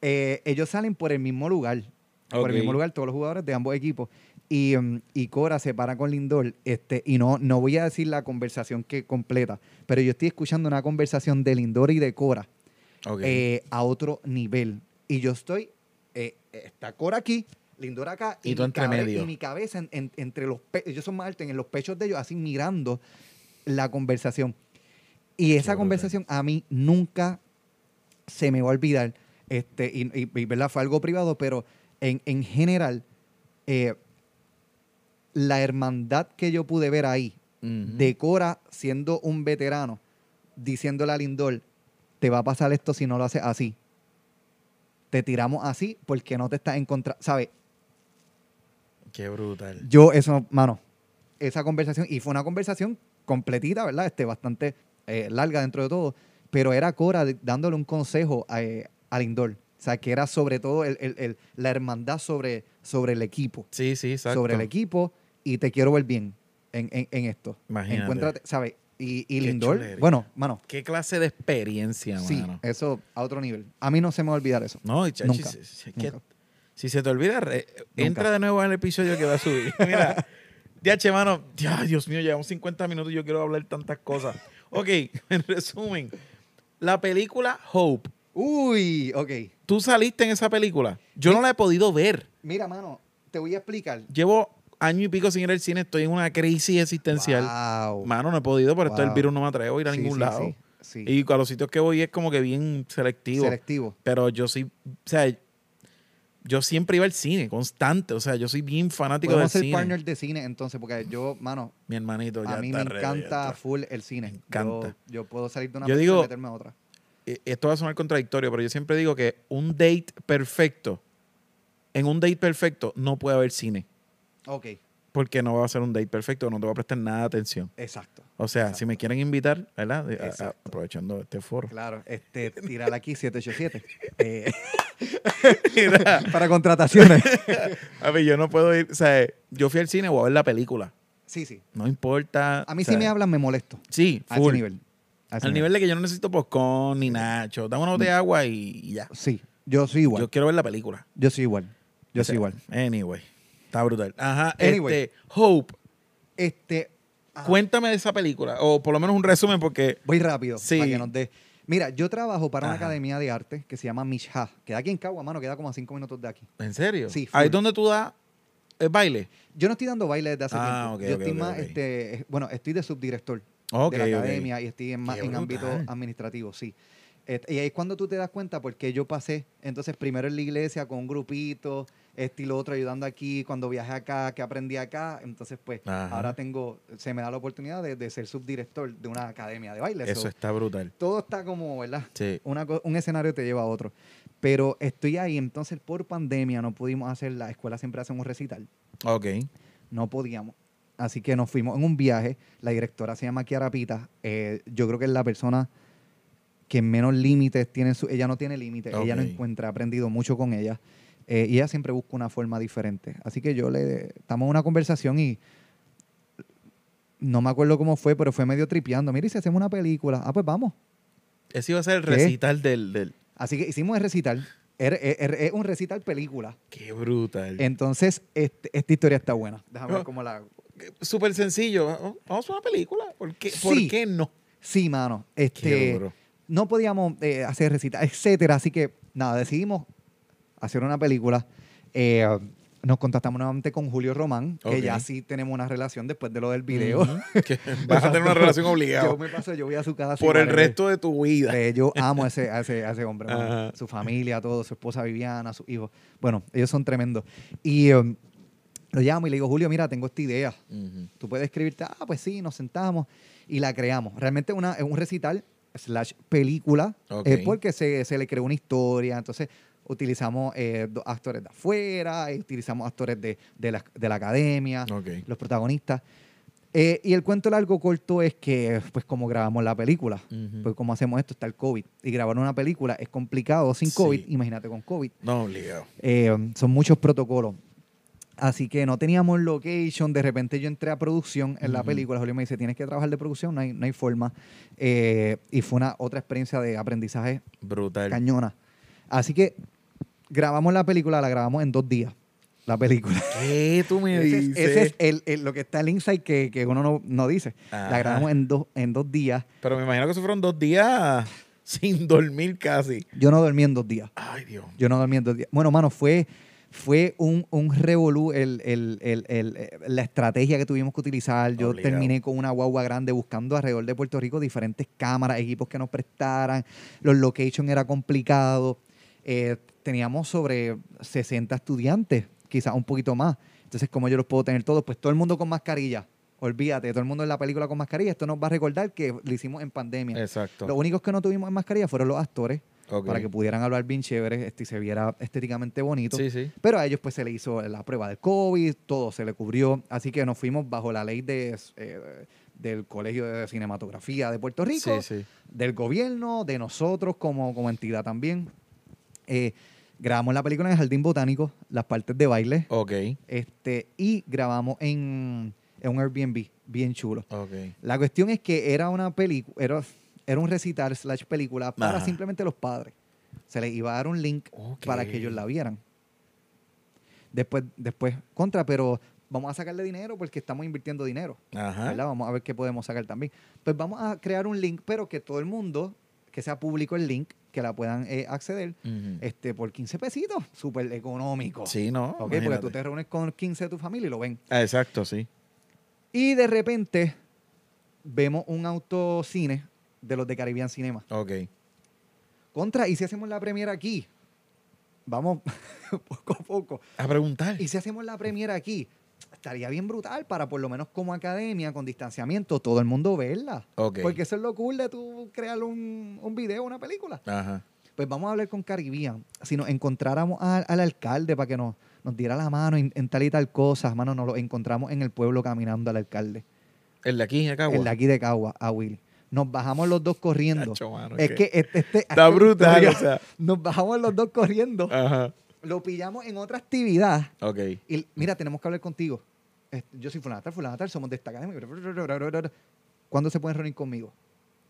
S4: eh, ellos salen por el mismo lugar. Por
S2: Ok.
S4: el mismo lugar, todos los jugadores de ambos equipos. Y, mm, y Cora se para con Lindor. Este, y no, no voy a decir la conversación que completa, pero yo estoy escuchando una conversación de Lindor y de Cora
S2: Ah, ok.
S4: eh, a otro nivel. Y yo estoy, eh, está Cora aquí, Lindor acá,
S2: Y tú
S4: mi
S2: entre
S4: cabe-
S2: medio.
S4: y mi cabeza en- en- entre los pechos, ellos son más altos, en los pechos de ellos, así mirando la conversación. Y esa
S2: brutal.
S4: conversación a mí nunca se me va a olvidar. Este, y, y- y, ¿verdad? Fue algo privado, pero en, en general, eh, la hermandad que yo pude ver ahí,
S2: Ujú.
S4: de Cora siendo un veterano, diciéndole a Lindor, te va a pasar esto si no lo haces así. Te tiramos así porque no te estás encontrando. ¿Sabes?
S2: Qué brutal.
S4: Yo, eso, mano, esa conversación, y fue una conversación completita, ¿verdad? Este, bastante eh, larga dentro de todo, pero era Cora de- dándole un consejo a, eh, a Lindor. O sea, que era sobre todo el- el- el- la hermandad sobre, sobre el equipo.
S2: Sí, sí, exacto.
S4: Sobre el equipo y te quiero ver bien en, en- en esto.
S2: Imagínate.
S4: Encuéntrate, ¿sabes? Y, y
S2: Qué
S4: Lindor,
S2: chulería.
S4: bueno, mano,
S2: Qué clase de experiencia,
S4: sí,
S2: mano.
S4: eso a otro nivel. A mí no se me va a olvidar eso.
S2: No, y chachi,
S4: Nunca,
S2: si, si- es que-
S4: nunca.
S2: si se te olvida, re- entra de nuevo al episodio que va a subir. Mira, DH, mano, ya, Dios mío, llevamos 50 minutos y yo quiero hablar tantas cosas. Ok, en resumen, la película Hope.
S4: Uy, ok.
S2: Tú saliste en esa película. Yo no la he podido ver.
S4: Mira, mano, te voy a explicar.
S2: Llevo año y pico sin ir al cine. Estoy en una crisis existencial.
S4: Wow.
S2: Mano, no he podido, por esto el
S4: Wow.
S2: virus no me atrevo a ir a
S4: Sí,
S2: ningún
S4: sí,
S2: lado.
S4: sí, sí.
S2: Y a los sitios que voy es como que bien selectivo.
S4: Selectivo.
S2: Pero yo sí, o sea, yo siempre iba al cine, constante. O sea, yo soy bien fanático del
S4: Podemos ser
S2: cine.
S4: partners de cine, entonces, porque yo, mano,
S2: Mi hermanito ya
S4: a mí me
S2: está ready, ya
S4: encanta
S2: está.
S4: full el cine.
S2: Me encanta.
S4: Yo, yo puedo salir de una
S2: Yo
S4: película
S2: digo-
S4: y meterme a otra.
S2: Eh, Esto va a sonar contradictorio, pero yo siempre digo que un date perfecto, en un date perfecto no puede haber cine.
S4: Ok,
S2: Porque no va a ser un date perfecto, no te va a prestar nada de atención.
S4: exacto.
S2: O sea, si me quieren invitar, ¿verdad? A- a-
S4: Exacto.
S2: aprovechando este foro.
S4: Claro, este, tirar aquí 787. Eh,
S2: Mira,
S4: para contrataciones.
S2: a ver, yo no puedo ir. O sea, yo fui al cine o a ver la película.
S4: Sí, sí.
S2: No importa.
S4: A mí
S2: o
S4: si
S2: sea,
S4: me hablan, me molesto.
S2: Sí,
S4: A
S2: full.
S4: ese nivel. A ese
S2: Al nivel de que yo no necesito postcón ni nacho. Dame una botella de agua y y ya.
S4: Sí, yo soy igual.
S2: Yo
S4: Yo,
S2: quiero ver la película.
S4: soy igual. Yo
S2: O sea,
S4: soy igual.
S2: Anyway. Está brutal. Ajá.
S4: Anyway.
S2: Este, Hope,
S4: Este, ajá,
S2: cuéntame de esa película. O por lo menos un resumen porque...
S4: voy rápido
S2: Sí.
S4: para que nos dé. Mira, yo trabajo para una
S2: Ajá.
S4: academia de arte que se llama Mishha. Queda aquí en Cagua, mano, queda como a cinco minutos de aquí.
S2: ¿En serio?
S4: Sí, full.
S2: Ahí es donde tú das el baile.
S4: Yo no estoy dando baile desde hace
S2: Ah,
S4: tiempo.
S2: ok,
S4: yo
S2: ok,
S4: estoy
S2: ok,
S4: más,
S2: ok.
S4: este, eh, bueno, estoy de subdirector
S2: Ok,
S4: de la
S2: ok.
S4: academia y estoy en, más,
S2: Qué
S4: en ámbito
S2: brutal.
S4: administrativo, sí. Este, y ahí es cuando tú te das cuenta porque yo pasé, entonces primero en la iglesia con un grupito, este y lo otro ayudando aquí, cuando viajé acá, que aprendí acá, entonces pues
S2: Ajá.
S4: ahora tengo, se me da la oportunidad de, de ser subdirector de una academia de baile.
S2: Eso
S4: So,
S2: está brutal.
S4: Todo está como, ¿verdad?
S2: Sí.
S4: una co- un escenario te lleva a otro. Pero estoy ahí, entonces por pandemia no pudimos hacer, la escuela siempre hace un recital
S2: Ok.
S4: no podíamos. Así que nos fuimos en un viaje. La directora se llama Kiara Pita. Eh, yo creo que es la persona que menos límites tiene. en su- ella no tiene límites. Ella no
S2: Ok.
S4: encuentra. He aprendido mucho con ella. Eh, y ella siempre busca una forma diferente. Así que yo le... Estamos en una conversación y... No me acuerdo cómo fue, pero fue medio tripeando. Mira, y si hacemos una película. Ah, pues vamos.
S2: Ese iba a ser el
S4: ¿Qué?
S2: recital del... del...
S4: Así que hicimos el recital. Er- er- er- Es un recital película.
S2: Qué brutal.
S4: Entonces, este- esta historia está buena. Déjame ver
S2: Ah.
S4: cómo la...
S2: Súper sencillo. Vamos a una película. ¿Por qué, ¿por
S4: Sí.
S2: qué no?
S4: Sí, mano.
S2: Qué
S4: Este,
S2: duro.
S4: no podíamos eh, hacer recitas, etcétera. Así que nada, decidimos hacer una película. Eh, nos contactamos nuevamente con Julio Román, que
S2: Ok.
S4: ya sí tenemos una relación después de lo del video.
S2: Ujú. Que Vas a tener una relación obligada.
S4: Yo me paso, yo voy a su casa.
S2: Por el
S4: whatever.
S2: resto de tu vida.
S4: Eh, yo amo a ese, a ese, a ese hombre, mano.
S2: Ajá.
S4: su familia, todo, su esposa Viviana, sus hijos. Bueno, ellos son tremendos. Y em, lo llamo y le digo, Julio, mira, tengo esta idea.
S2: Ujú.
S4: Tú puedes escribirte, ah, pues sí, nos sentamos y la creamos. Realmente una, es un recital slash película,
S2: Ok.
S4: eh, porque se, se le creó una historia, entonces utilizamos eh, dos actores de afuera, eh, utilizamos actores de, de la, de la academia,
S2: Ok.
S4: los protagonistas. Eh, y el cuento largo corto es que, pues como grabamos la película,
S2: Ujú.
S4: pues como hacemos esto, está el COVID. Y grabar una película es complicado sin
S2: Sí.
S4: COVID, imagínate con COVID.
S2: No, obligado.
S4: Eh, son muchos protocolos. Así que no teníamos location. De repente yo entré a producción en la
S2: Ujú.
S4: película. Julio me dice, tienes que trabajar de producción, no hay, no hay forma. Eh, y fue una otra experiencia de aprendizaje
S2: Brutal.
S4: cañona. Así que grabamos la película, la grabamos en dos días. La película.
S2: ¿Qué tú me
S4: Ese es,
S2: dices?
S4: ese es el- el- lo que está el insight que, que uno no, no dice.
S2: Ajá.
S4: La grabamos en, dos en dos días.
S2: Pero me imagino que fueron dos días sin dormir casi.
S4: Yo no dormí en dos días.
S2: Ay, Dios.
S4: Yo no dormí en dos días. Bueno, mano, fue, fue un, un revolú el, el- el- el- eh, la estrategia que tuvimos que utilizar. Yo
S2: Obligado.
S4: terminé con una guagua grande buscando alrededor de Puerto Rico diferentes cámaras, equipos que nos prestaran. Los location era complicado. Eh, teníamos sobre 60 estudiantes, quizás un poquito más. Entonces, como yo los puedo tener todos? Pues todo el mundo con mascarilla. Olvídate, todo el mundo en la película con mascarilla. Esto nos va a recordar que lo hicimos en pandemia.
S2: Exacto.
S4: Los únicos que no tuvimos en mascarilla fueron los actores
S2: Ok.
S4: para que pudieran hablar bien chévere este, y se viera estéticamente bonito.
S2: Sí, sí.
S4: Pero a ellos pues se le hizo la prueba del COVID, todo se le cubrió, así que nos fuimos bajo la ley de, eh, del Colegio de Cinematografía de Puerto Rico,
S2: Sí, sí.
S4: del gobierno, de nosotros como, como entidad también. Eh, Grabamos la película en el Jardín Botánico, las partes de baile,
S2: Ok,
S4: este, y grabamos en, en un Airbnb, bien chulo.
S2: ok.
S4: La cuestión es que era una película, era, era un recital slash película para
S2: Ajá.
S4: simplemente los padres. Se les iba a dar un link
S2: Ok.
S4: para que ellos la vieran. Después, después, contra, pero vamos a sacarle dinero porque estamos invirtiendo dinero.
S2: Ajá.
S4: ¿verdad? Vamos a ver qué podemos sacar también. Pues vamos a crear un link, pero que todo el mundo, que sea público el link, que la puedan eh, acceder
S2: Ujú.
S4: este, por 15 pesitos. Súper económico.
S2: Sí, no.
S4: Ok, porque
S2: imagínate.
S4: tú te reúnes con 15 de tu familia y lo ven.
S2: Ah, exacto, sí.
S4: Y de repente vemos un autocine de los de Caribbean Cinema.
S2: Ok.
S4: Contra, ¿y si hacemos la premiera aquí? Vamos poco a poco.
S2: A preguntar.
S4: ¿Y si hacemos la premiera aquí? Estaría bien brutal para por lo menos como academia, con distanciamiento, todo el mundo verla.
S2: Ok.
S4: Porque eso es lo cool de tú crear un, un video, una película.
S2: Ajá.
S4: Pues vamos a hablar con Caribbean. Si nos encontráramos a- al alcalde para que nos, nos diera la mano en, en tal y tal cosa, mano, nos lo encontramos en el pueblo caminando al alcalde.
S2: El de aquí, acá.
S4: El de aquí de Cagua, a Willy. Nos bajamos los dos corriendo.
S2: Tacho, mano,
S4: es
S2: que-
S4: que este, este-
S2: Está
S4: esta
S2: brutal,
S4: historia-
S2: o sea. Ah.
S4: Nos bajamos los dos corriendo.
S2: Ajá.
S4: Lo pillamos en otra actividad.
S2: Ok.
S4: Y l- mira, tenemos que hablar contigo. Este, Yo soy fulana tal, fulana tal, somos de esta academia. ¿Cuándo se pueden reunir conmigo?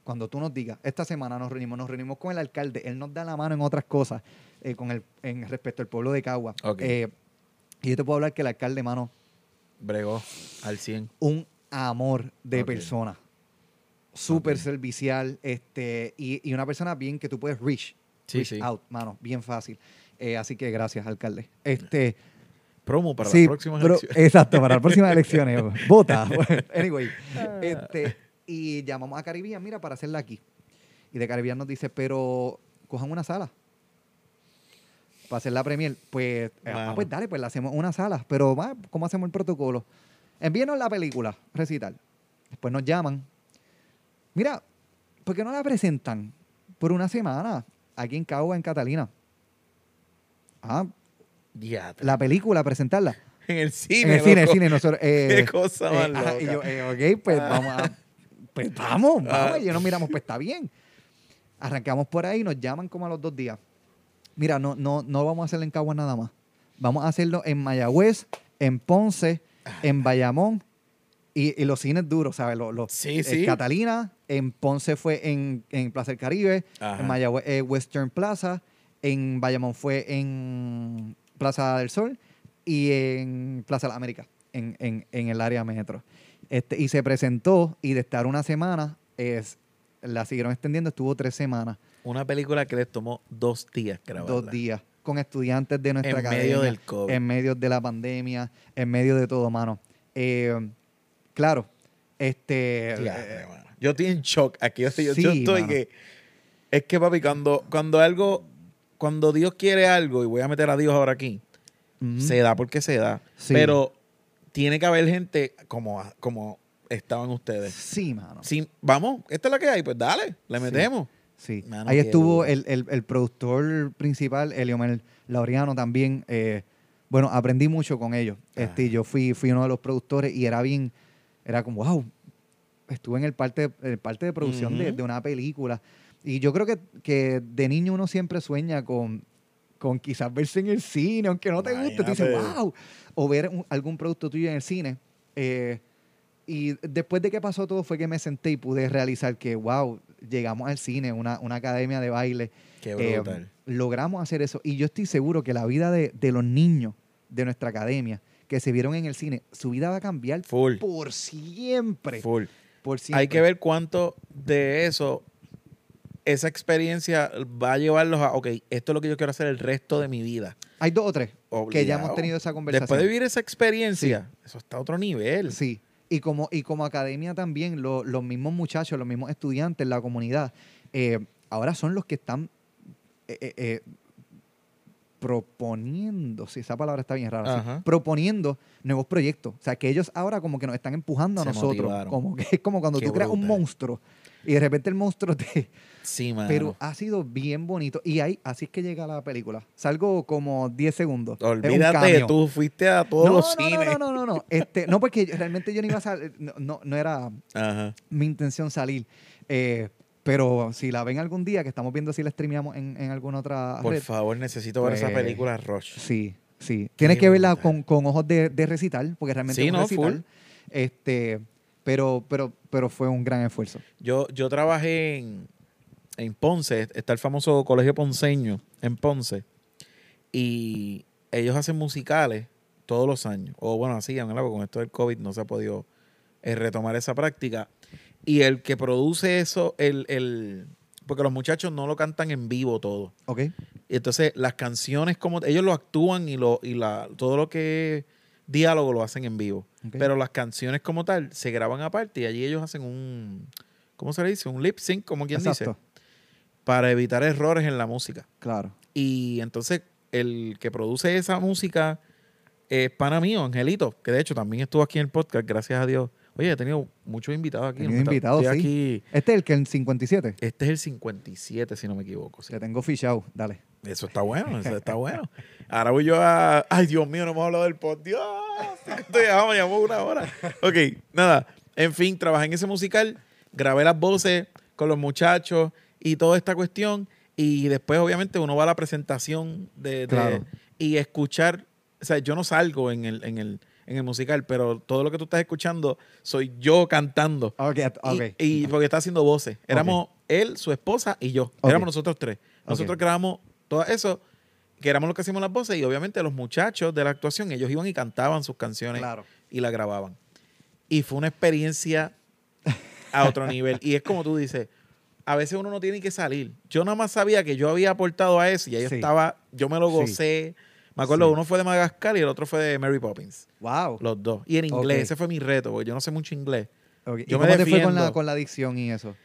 S4: Cuando tú nos digas, esta semana nos reunimos, nos reunimos con el alcalde, él nos da la mano en otras cosas, eh, con el, en respecto al pueblo de Cagua.
S2: Ok.
S4: Eh, y yo te puedo hablar que el alcalde, mano,
S2: Bregó al 100.
S4: un amor de
S2: Ok.
S4: persona. Súper
S2: Ok.
S4: servicial, este, y, y una persona bien que tú puedes reach,
S2: Sí,
S4: reach
S2: sí.
S4: out, mano, bien fácil. Eh, así que gracias, alcalde. Este,
S2: Promo para
S4: Sí,
S2: las próximas
S4: pero-
S2: elecciones.
S4: Exacto, para las próximas elecciones. Vota. anyway. este, y llamamos a Caribbean, mira, para hacerla aquí. Y de Caribbean nos dice, pero cojan una sala. Para hacer la premier. Pues, eh, ah,
S2: Wow.
S4: pues dale, pues la hacemos en una sala. Pero, ah, ¿cómo hacemos el protocolo? Envíenos la película, recital. Después nos llaman. Mira, ¿por qué no la presentan por una semana aquí en Cagua, en Catalina? Ah,
S2: Diatre.
S4: la película, presentarla.
S2: En el cine.
S4: En el cine, el
S2: loco.
S4: cine, nosotros. eh,
S2: Qué cosa
S4: eh,
S2: más
S4: ajá, Y
S2: loca.
S4: yo, eh, ok, pues vamos a- Pues vamos,
S2: Ah.
S4: vamos. Y yo nos miramos, pues está bien. Arrancamos por ahí, nos llaman como a los dos días. Mira, no, no, no vamos a hacerlo en Caguas nada más. Vamos a hacerlo en Mayagüez, en Ponce,
S2: Ah.
S4: en Bayamón y, y los cines duros, ¿sabes? Los, los-
S2: Sí,
S4: eh,
S2: sí.
S4: Catalina, en Ponce fue en, en Plaza del Caribe,
S2: Ajá.
S4: en Mayagüez eh, Western Plaza, en Bayamón fue en Plaza del Sol y en Plaza de las Américas, en, en- en el área metro. Este, y se presentó y de estar una semana, es, la siguieron extendiendo, estuvo tres semanas,
S2: Una película que les tomó dos días grabarla.
S4: dos días, con estudiantes de nuestra
S2: En
S4: academia,
S2: medio del COVID.
S4: en medio de la pandemia, en medio de todo, mano. Eh, claro, este...
S2: Diatre,
S4: eh,
S2: mano. Yo estoy en shock aquí. o sea, yo, yo
S4: Sí,
S2: estoy
S4: mano.
S2: que. Es que, papi, cuando, cuando algo. Cuando Dios quiere algo, y voy a meter a Dios ahora aquí,
S4: ujú.
S2: se da porque se da.
S4: Sí.
S2: Pero tiene que haber gente como, como estaban ustedes.
S4: Sí, mano.
S2: Si, vamos, esta es la que hay, pues dale, le
S4: Sí.
S2: metemos.
S4: Sí.
S2: Mano,
S4: Ahí
S2: qué
S4: estuvo
S2: duro.
S4: el, el- el productor principal, Eliomel Laureano también. eh, bueno, aprendí mucho con ellos.
S2: Ah.
S4: Este, yo fui, fui uno de los productores y era bien, era como, wow, estuve en el parte, el parte de producción de,
S2: Ujú.
S4: de una película. Y yo creo que, que de niño uno siempre sueña con, con quizás verse en el cine, aunque no te guste, te dice,
S2: Imagínate.
S4: wow, o ver un- algún producto tuyo en el cine. Eh, y después de que pasó todo fue que me senté y pude realizar que, wow, llegamos al cine, una, una academia de baile.
S2: Qué
S4: Eh,
S2: brutal.
S4: logramos hacer eso. Y yo estoy seguro que la vida de, de los niños de nuestra academia que se vieron en el cine, su vida va a cambiar
S2: Full.
S4: por siempre.
S2: Full.
S4: Por siempre.
S2: Hay que ver cuánto de eso, esa experiencia va a llevarlos a, ok, esto es lo que yo quiero hacer el resto de mi vida.
S4: Hay dos o tres que ya
S2: Obligado.
S4: hemos tenido esa conversación.
S2: Después de vivir esa experiencia, eso está a otro nivel.
S4: Sí. Y como, y como academia también, lo- los mismos muchachos, los mismos estudiantes, la comunidad, eh, ahora son los que están eh, eh, eh, proponiendo, si esa palabra está bien rara, sí,
S2: Ajá.
S4: proponiendo nuevos proyectos. O sea, que ellos ahora como que nos están empujando a
S2: Se
S4: nosotros.
S2: motivaron.
S4: Como que es como cuando
S2: Qué
S4: tú creas un
S2: brutal.
S4: monstruo y de repente el monstruo te...
S2: Sí, mano.
S4: Pero ha sido bien bonito. Y ahí, así es que llega la película. Salgo como 10 segundos. Es un
S2: Olvídate,
S4: cameo.
S2: tú fuiste a todos
S4: No,
S2: los
S4: no, no,
S2: cines.
S4: No, no, no, no. Este, no, porque yo- realmente yo no iba a salir. No, no, no era
S2: Ajá.
S4: mi intención salir. Eh, Pero si la ven algún día, que estamos viendo si la streameamos en, en alguna otra
S2: Por
S4: red.
S2: favor, necesito ver
S4: Pues-
S2: esa película Rush.
S4: Sí, sí. Tienes que verla
S2: brutal.
S4: con, con ojos de, de recital, porque realmente
S2: Sí,
S4: es un
S2: no,
S4: recital.
S2: full.
S4: Este, pero, pero, pero fue un gran esfuerzo.
S2: Yo, yo trabajé en, en Ponce, está el famoso colegio ponceño en Ponce, y ellos hacen musicales todos los años, o bueno, hacían, ¿verdad? Porque con esto del COVID no se ha podido eh, retomar esa práctica, y el que produce eso, el, el, porque los muchachos no lo cantan en vivo todo,
S4: ¿Ok?
S2: y entonces las canciones, como ellos lo actúan y, lo, y la, todo lo que es diálogo lo hacen en vivo.
S4: Ok.
S2: Pero las canciones como tal se graban aparte y allí ellos hacen un, ¿cómo se le dice? Un lip sync, como quien dice,
S4: Exacto.
S2: para evitar errores en la música.
S4: Claro.
S2: Y entonces el que produce esa música es pana mío, Angelito, que de hecho también estuvo aquí en el podcast, gracias a Dios. Oye, he tenido muchos invitados aquí.
S4: Tenido
S2: no me está-
S4: invitados,
S2: estoy aquí.
S4: Este es el que en 57.
S2: Este es el 57, si no me equivoco. sí.
S4: Te tengo fichado. Dale.
S2: Eso está bueno, eso está bueno. Ahora voy yo a. Ay, Dios mío, no hemos hablado del pod. Dios, esto llevamos, llevamos una hora. Ok, nada. En fin, trabajé en ese musical, grabé las voces con los muchachos y toda esta cuestión. Y después, obviamente, uno va a la presentación de. de-
S4: Claro.
S2: Y escuchar. O sea, yo no salgo en el, en, el, en el musical, pero todo lo que tú estás escuchando soy yo cantando.
S4: Ok,
S2: Y-
S4: ok.
S2: Y, porque está haciendo voces. Éramos él, su esposa y yo.
S4: Ok.
S2: Éramos nosotros tres. Nosotros
S4: Ok.
S2: grabamos todo eso, que éramos los que hacíamos las voces y obviamente los muchachos de la actuación, ellos iban y cantaban sus canciones
S4: Claro.
S2: y la grababan. Y fue una experiencia a otro nivel. Y es como tú dices, a veces uno no tiene que salir. Yo nada más sabía que yo había aportado a eso y ahí
S4: Sí.
S2: estaba, yo me lo
S4: Sí.
S2: gocé. Me acuerdo,
S4: Sí.
S2: uno fue de Madagascar y el otro fue de Mary Poppins.
S4: Wow.
S2: Los dos. Y en inglés,
S4: Ok.
S2: ese fue mi reto, porque yo no sé mucho inglés.
S4: Ok, ¿Y
S2: yo me
S4: cómo te fue con la,
S2: defiendo.
S4: con la adicción y eso?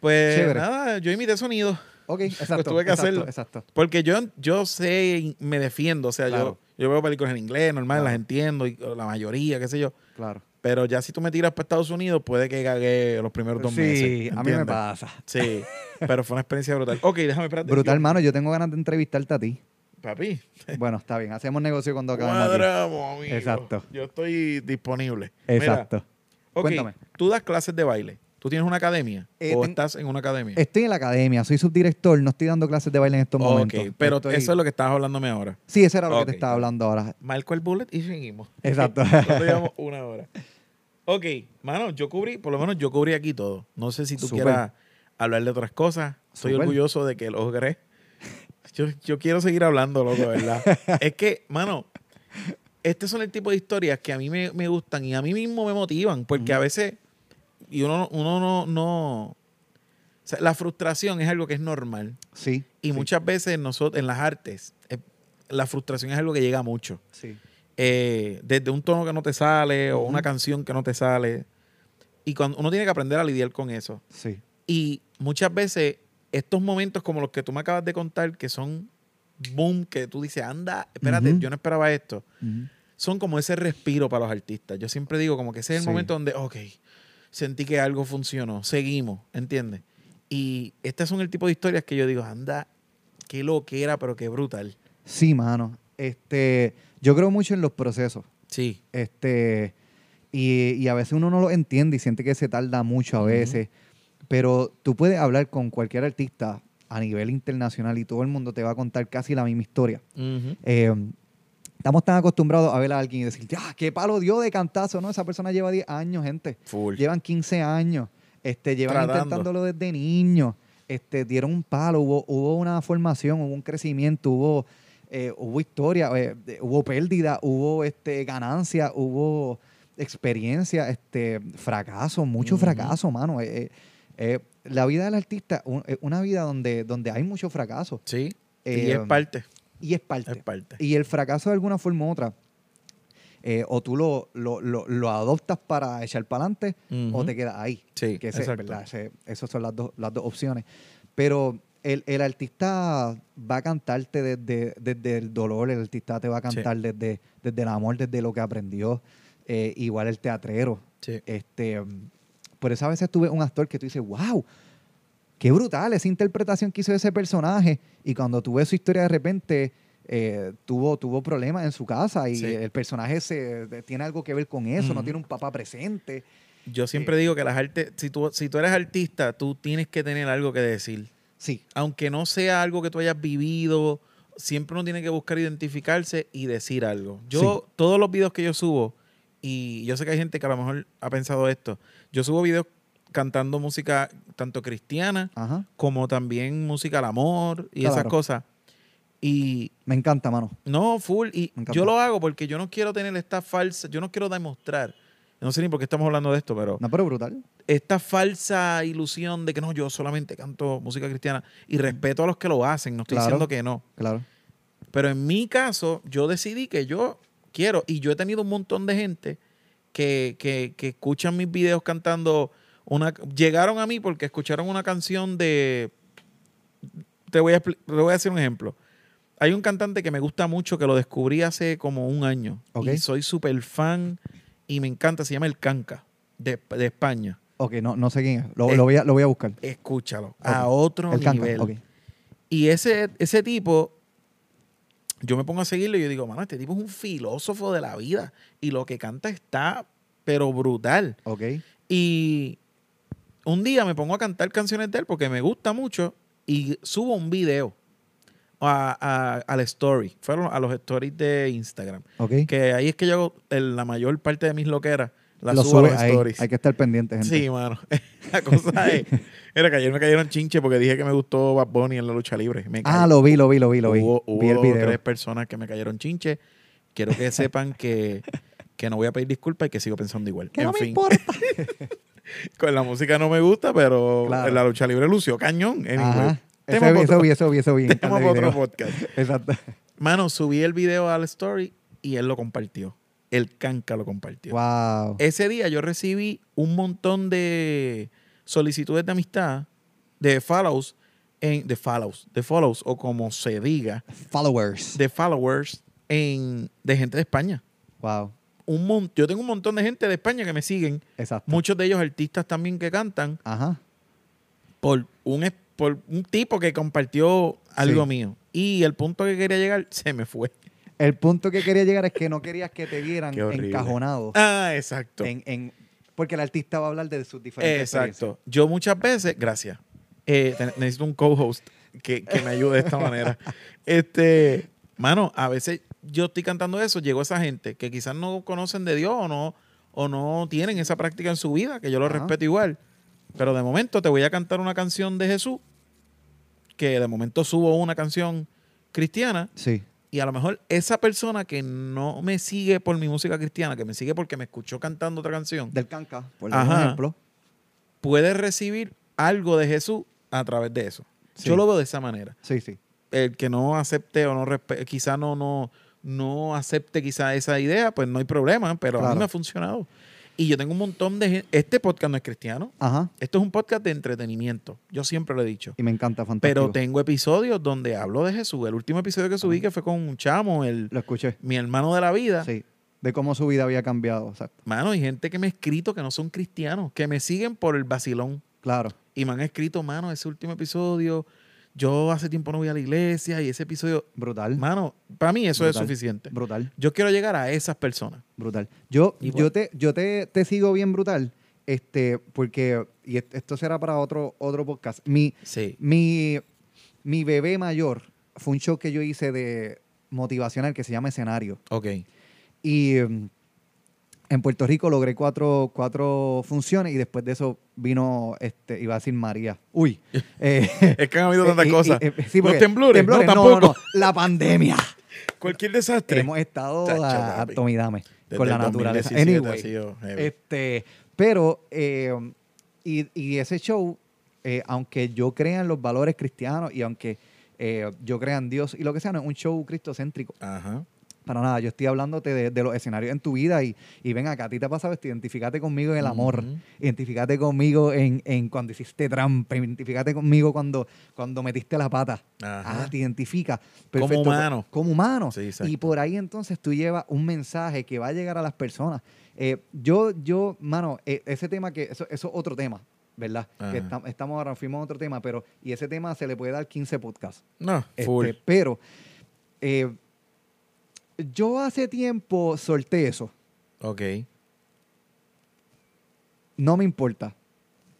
S2: Pues
S4: Chévere.
S2: nada, yo imité sonido.
S4: Ok, exacto.
S2: tuve que
S4: exacto,
S2: hacerlo.
S4: Exacto.
S2: Porque yo, yo sé, y me defiendo. O sea,
S4: Claro.
S2: yo, yo veo películas en inglés, normal,
S4: Claro.
S2: las entiendo, y, o la mayoría, qué sé yo.
S4: Claro.
S2: Pero ya si tú me tiras para Estados Unidos, puede que cagué los primeros dos
S4: sí,
S2: meses.
S4: a mí me
S2: ¿entiendes?
S4: pasa.
S2: Sí, pero fue una experiencia brutal. Ok, déjame, espérate.
S4: Brutal,
S2: Yo-
S4: mano. Yo tengo ganas de entrevistarte a ti.
S2: Papi,
S4: Bueno, está bien. Hacemos negocio cuando acabemos aquí.
S2: cuadramos, amigo.
S4: Exacto.
S2: Yo estoy disponible. Mira,
S4: Exacto.
S2: ok,
S4: Cuéntame.
S2: tú das clases de baile. ¿Tú tienes una academia?
S4: Eh,
S2: ¿O
S4: ten-
S2: estás en una academia?
S4: Estoy en la academia, soy subdirector, no estoy dando clases de baile en estos
S2: ok,
S4: momentos.
S2: pero
S4: Estoy-
S2: eso es lo que estabas hablándome ahora.
S4: Sí, eso era lo que
S2: Ok.
S4: te estaba hablando ahora.
S2: Marco el bullet y seguimos.
S4: Exacto.
S2: Nosotros llevamos una hora. Ok, mano, yo cubrí, por lo menos yo cubrí aquí todo. No sé si tú
S4: Súper.
S2: quieras hablar de otras cosas. Estoy
S4: Súper.
S2: orgulloso de que logré. Yo, yo quiero seguir hablando, loco, de ¿verdad? es que, mano, este son el tipo de historias que a mí me, me gustan y a mí mismo me motivan, porque a veces, y uno, uno no, no, o sea, la frustración es algo que es normal.
S4: Sí.
S2: Y
S4: sí,
S2: muchas veces nosotros, en las artes, eh, la frustración es algo que llega mucho
S4: Sí.
S2: eh, desde un tono que no te sale o
S4: Ujú.
S2: una canción que no te sale. Y cuando uno tiene que aprender a lidiar con eso.
S4: Sí.
S2: Y muchas veces estos momentos como los que tú me acabas de contar, que son boom, que tú dices, anda, espérate,
S4: Ujú.
S2: yo no esperaba esto,
S4: Ujú.
S2: son como ese respiro para los artistas. Yo siempre digo como que ese es el
S4: Sí.
S2: momento donde, ok, sentí que algo funcionó, seguimos, ¿entiendes? Y estas son el tipo de historias que yo digo, anda, qué loquera, pero qué brutal.
S4: Sí, mano. Este, yo creo mucho en los procesos.
S2: Sí,
S4: Este, y, y a veces uno no lo entiende y siente que se tarda mucho a
S2: Ujú.
S4: veces. Pero tú puedes hablar con cualquier artista a nivel internacional y todo el mundo te va a contar casi la misma historia. Eh, estamos tan acostumbrados a ver a alguien y decir, ah, qué palo dio de cantazo, ¿no? Esa persona lleva 10 años, gente.
S2: full.
S4: Llevan 15 años. Este, llevan
S2: Tratando.
S4: intentándolo desde niño. Este, dieron un palo, hubo, hubo una formación, hubo un crecimiento, hubo, eh, hubo historia, eh, de- hubo pérdida, hubo este, ganancia, hubo experiencia, este, fracaso, mucho
S2: Ujú.
S4: fracaso, mano. Eh, eh, eh, la vida del artista un- es una vida donde, donde hay mucho fracaso
S2: Sí, y
S4: Eh,
S2: es parte,
S4: y es parte.
S2: es parte.
S4: Y el fracaso de alguna forma u otra, eh, o tú lo, lo, lo- lo adoptas para echar para adelante, o
S2: Ujú.
S4: te quedas ahí.
S2: Sí,
S4: Que ese,
S2: exacto.
S4: ¿verdad? Ese- esas son las dos, las dos opciones. Pero el, el artista va a cantarte desde, desde el dolor, el artista te va a cantar desde, desde el amor, desde lo que aprendió. Eh, igual el teatrero.
S2: Sí.
S4: Este, mm, por eso a veces tuve un actor que tú dices, wow, qué brutal esa interpretación que hizo ese personaje. Y cuando tú ves su historia de repente, eh, tuvo, tuvo problemas en su casa y
S2: Sí.
S4: el personaje se, tiene algo que ver con eso, no
S2: Ujú.
S4: tiene un papá presente.
S2: Yo siempre digo que las artes, si tú, si tú eres artista, tú tienes que tener algo que decir.
S4: Sí,
S2: Aunque no sea algo que tú hayas vivido, siempre uno tiene que buscar identificarse y decir algo. Yo, todos los videos que yo subo, y yo sé que hay gente que a lo mejor ha pensado esto, yo subo videos cantando música tanto cristiana
S4: ajá.
S2: como también música al amor y esas
S4: Claro.
S2: cosas. Y,
S4: Me encanta, mano.
S2: no, full. Y
S4: Me encantó.
S2: yo lo hago porque yo no quiero tener esta falsa, yo no quiero demostrar, no sé ni por qué estamos hablando de esto, pero
S4: No, pero brutal.
S2: esta falsa ilusión de que no, yo solamente canto música cristiana y respeto a los que lo hacen, no estoy
S4: Claro.
S2: diciendo que no.
S4: Claro.
S2: Pero en mi caso, yo decidí que yo quiero, y yo he tenido un montón de gente que, que, que escuchan mis videos cantando una. Llegaron a mí porque escucharon una canción de. Te voy a, expli- te voy a hacer un ejemplo. Hay un cantante que me gusta mucho que lo descubrí hace como un año.
S4: Ok.
S2: Y soy súper fan y me encanta. Se llama El Canca de, de España.
S4: Ok, no, no sé quién es. Lo,
S2: Eh,
S4: lo voy, a, lo voy a buscar.
S2: Escúchalo. A otro
S4: El canto.
S2: nivel.
S4: Ok.
S2: Y ese, ese tipo, yo me pongo a seguirlo y yo digo, mano, este tipo es un filósofo de la vida. Y lo que canta está, pero brutal.
S4: Ok.
S2: Y un día me pongo a cantar canciones de él porque me gusta mucho y subo un video a, a, al story. Fueron a los stories de Instagram.
S4: Ok.
S2: Que ahí es que yo hago el- la mayor parte de mis loqueras. La
S4: Lo
S2: subo a los
S4: sube ahí.
S2: stories.
S4: Hay que estar pendiente, gente.
S2: Sí, mano. La cosa es. Era que ayer me cayeron chinche porque dije que me gustó Bad Bunny en la lucha libre. Me
S4: ah,
S2: caí.
S4: lo vi, lo vi, lo vi, lo vi.
S2: Hubo, hubo
S4: vi el
S2: dos o
S4: video.
S2: tres personas que me cayeron chinche. Quiero que sepan que, que no voy a pedir disculpas y que sigo pensando igual.
S4: Que
S2: en
S4: no me
S2: fin,
S4: importa.
S2: con la música no me gusta, pero
S4: Claro.
S2: la lucha libre lució cañón. Anyway.
S4: Ajá. Eso
S2: Tema
S4: vi,
S2: para
S4: eso
S2: otro,
S4: vi, eso vi, eso vi.
S2: tema para otro podcast.
S4: Exacto.
S2: Mano, subí el video al story y él lo compartió. El canca lo compartió.
S4: Wow.
S2: Ese día yo recibí un montón de solicitudes de amistad, de follows, en, de follows, de follows, o como se diga,
S4: Followers.
S2: Eh, de followers en, de gente de España.
S4: Wow.
S2: Un mon- yo tengo un montón de gente de España que me siguen,
S4: Exacto.
S2: muchos de ellos artistas también que cantan,
S4: Ajá.
S2: por un, es- por un tipo que compartió algo
S4: Sí.
S2: mío. Y el punto que quería llegar se me fue.
S4: El punto que quería llegar es que no querías que te vieran
S2: Qué horrible.
S4: encajonado.
S2: Ah, exacto.
S4: En, en- porque el artista va a hablar de sus diferentes experiencias.
S2: Exacto. Yo muchas veces, gracias. Eh, te- necesito un co-host que, que me ayude de esta manera. Este, mano, a veces yo estoy cantando eso, llegó esa gente que quizás no conocen de Dios o no, o no tienen esa práctica en su vida, que yo lo
S4: Ajá.
S2: respeto igual. Pero de momento te voy a cantar una canción de Jesús, que de momento subo una canción cristiana,
S4: Sí.
S2: y a lo mejor esa persona que no me sigue por mi música cristiana, que me sigue porque me escuchó cantando otra canción,
S4: Del canca, por
S2: Ajá.
S4: ejemplo.
S2: puedes recibir algo de Jesús a través de eso.
S4: Sí.
S2: Yo lo veo de esa manera.
S4: Sí, sí.
S2: El que no acepte o no respe- quizá no, no, no acepte quizá esa idea, pues no hay problema, pero a mí
S4: Claro.
S2: me ha funcionado. Y yo tengo un montón de gente. Este podcast no es cristiano.
S4: Ajá.
S2: Esto es un podcast de entretenimiento. Yo siempre lo he dicho.
S4: Y me encanta, fantástico.
S2: Pero tengo episodios donde hablo de Jesús. El último episodio que subí, que fue con un chamo, el,
S4: Lo escuché.
S2: mi hermano de la vida.
S4: Sí. De cómo su vida había cambiado. Exacto.
S2: Mano, hay gente que me ha escrito que no son cristianos, que me siguen por el vacilón.
S4: Claro.
S2: y me han escrito, mano, ese último episodio, yo hace tiempo no voy a la iglesia y ese episodio,
S4: Brutal.
S2: mano, para mí eso es
S4: Brutal.
S2: suficiente.
S4: Brutal.
S2: Yo quiero llegar a esas personas.
S4: Brutal. Yo,
S2: Igual.
S4: yo, te, yo te, te sigo bien brutal, este, porque, y est- esto será para otro, otro podcast. Mi,
S2: Sí.
S4: mi, mi bebé mayor fue un show que yo hice de motivacional que se llama escenario.
S2: Ok.
S4: Y mm, en Puerto Rico logré cuatro, cuatro funciones y después de eso vino, este, iba a decir María. Uy. eh,
S2: Es que han habido
S4: eh,
S2: tantas
S4: y-
S2: cosas.
S4: y- eh, sí,
S2: Los
S4: porque-
S2: temblores, no,
S4: no,
S2: tampoco.
S4: no, la pandemia.
S2: Cualquier desastre.
S4: Hemos estado
S2: Chacho,
S4: a, a
S2: papi.
S4: Tommy Dame
S2: Desde
S4: con la
S2: el
S4: naturaleza.
S2: 2017
S4: Anyway,
S2: ha sido heavy.
S4: este, pero, eh, y, y ese show, eh, aunque yo crea en los valores cristianos y aunque eh, yo crea en Dios y lo que sea, no es un show cristocéntrico.
S2: Ajá.
S4: Para nada, yo estoy hablándote de, de los escenarios en tu vida y, y ven acá, a ti te ha pasado esto, identificate conmigo en el amor,
S2: Ujú.
S4: identificate conmigo en, en cuando hiciste trampa, identificate conmigo cuando, cuando metiste la pata.
S2: Ajá.
S4: Ah, te identifica.
S2: Como
S4: Perfecto, pues,
S2: humano.
S4: Como humano.
S2: Sí, exacto.
S4: y por ahí entonces tú llevas un mensaje que va a llegar a las personas. Eh, yo, yo, mano, eh, ese tema que, eso, eso es otro tema, ¿verdad? Que
S2: Ajá.
S4: estam- estamos ahora, fuimos a otro tema, pero, y ese tema se le puede dar 15 podcasts.
S2: No,
S4: Este,
S2: full.
S4: pero eh, yo hace tiempo solté eso.
S2: ok.
S4: no me importa.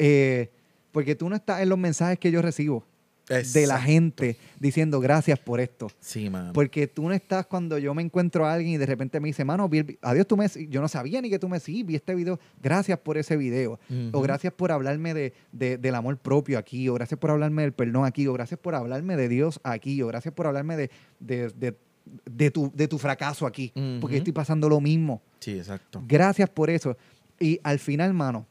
S4: Eh, porque tú no estás en los mensajes que yo recibo de la
S2: Exacto.
S4: gente diciendo gracias por esto.
S2: Sí, mano.
S4: Porque tú no estás cuando yo me encuentro a alguien y de repente me dice, mano, vi el vi- adiós, tú me, si- yo no sabía ni que tú me sí, vi este video, gracias por ese video,
S2: Ujú.
S4: o gracias por hablarme de, de- del amor propio aquí, o gracias por hablarme del perdón aquí, o gracias por hablarme de Dios aquí, o gracias por hablarme de, de, de- de tu, de tu fracaso aquí,
S2: Ujú.
S4: porque estoy pasando lo mismo.
S2: Sí, exacto.
S4: Gracias por eso. Y al final, mano,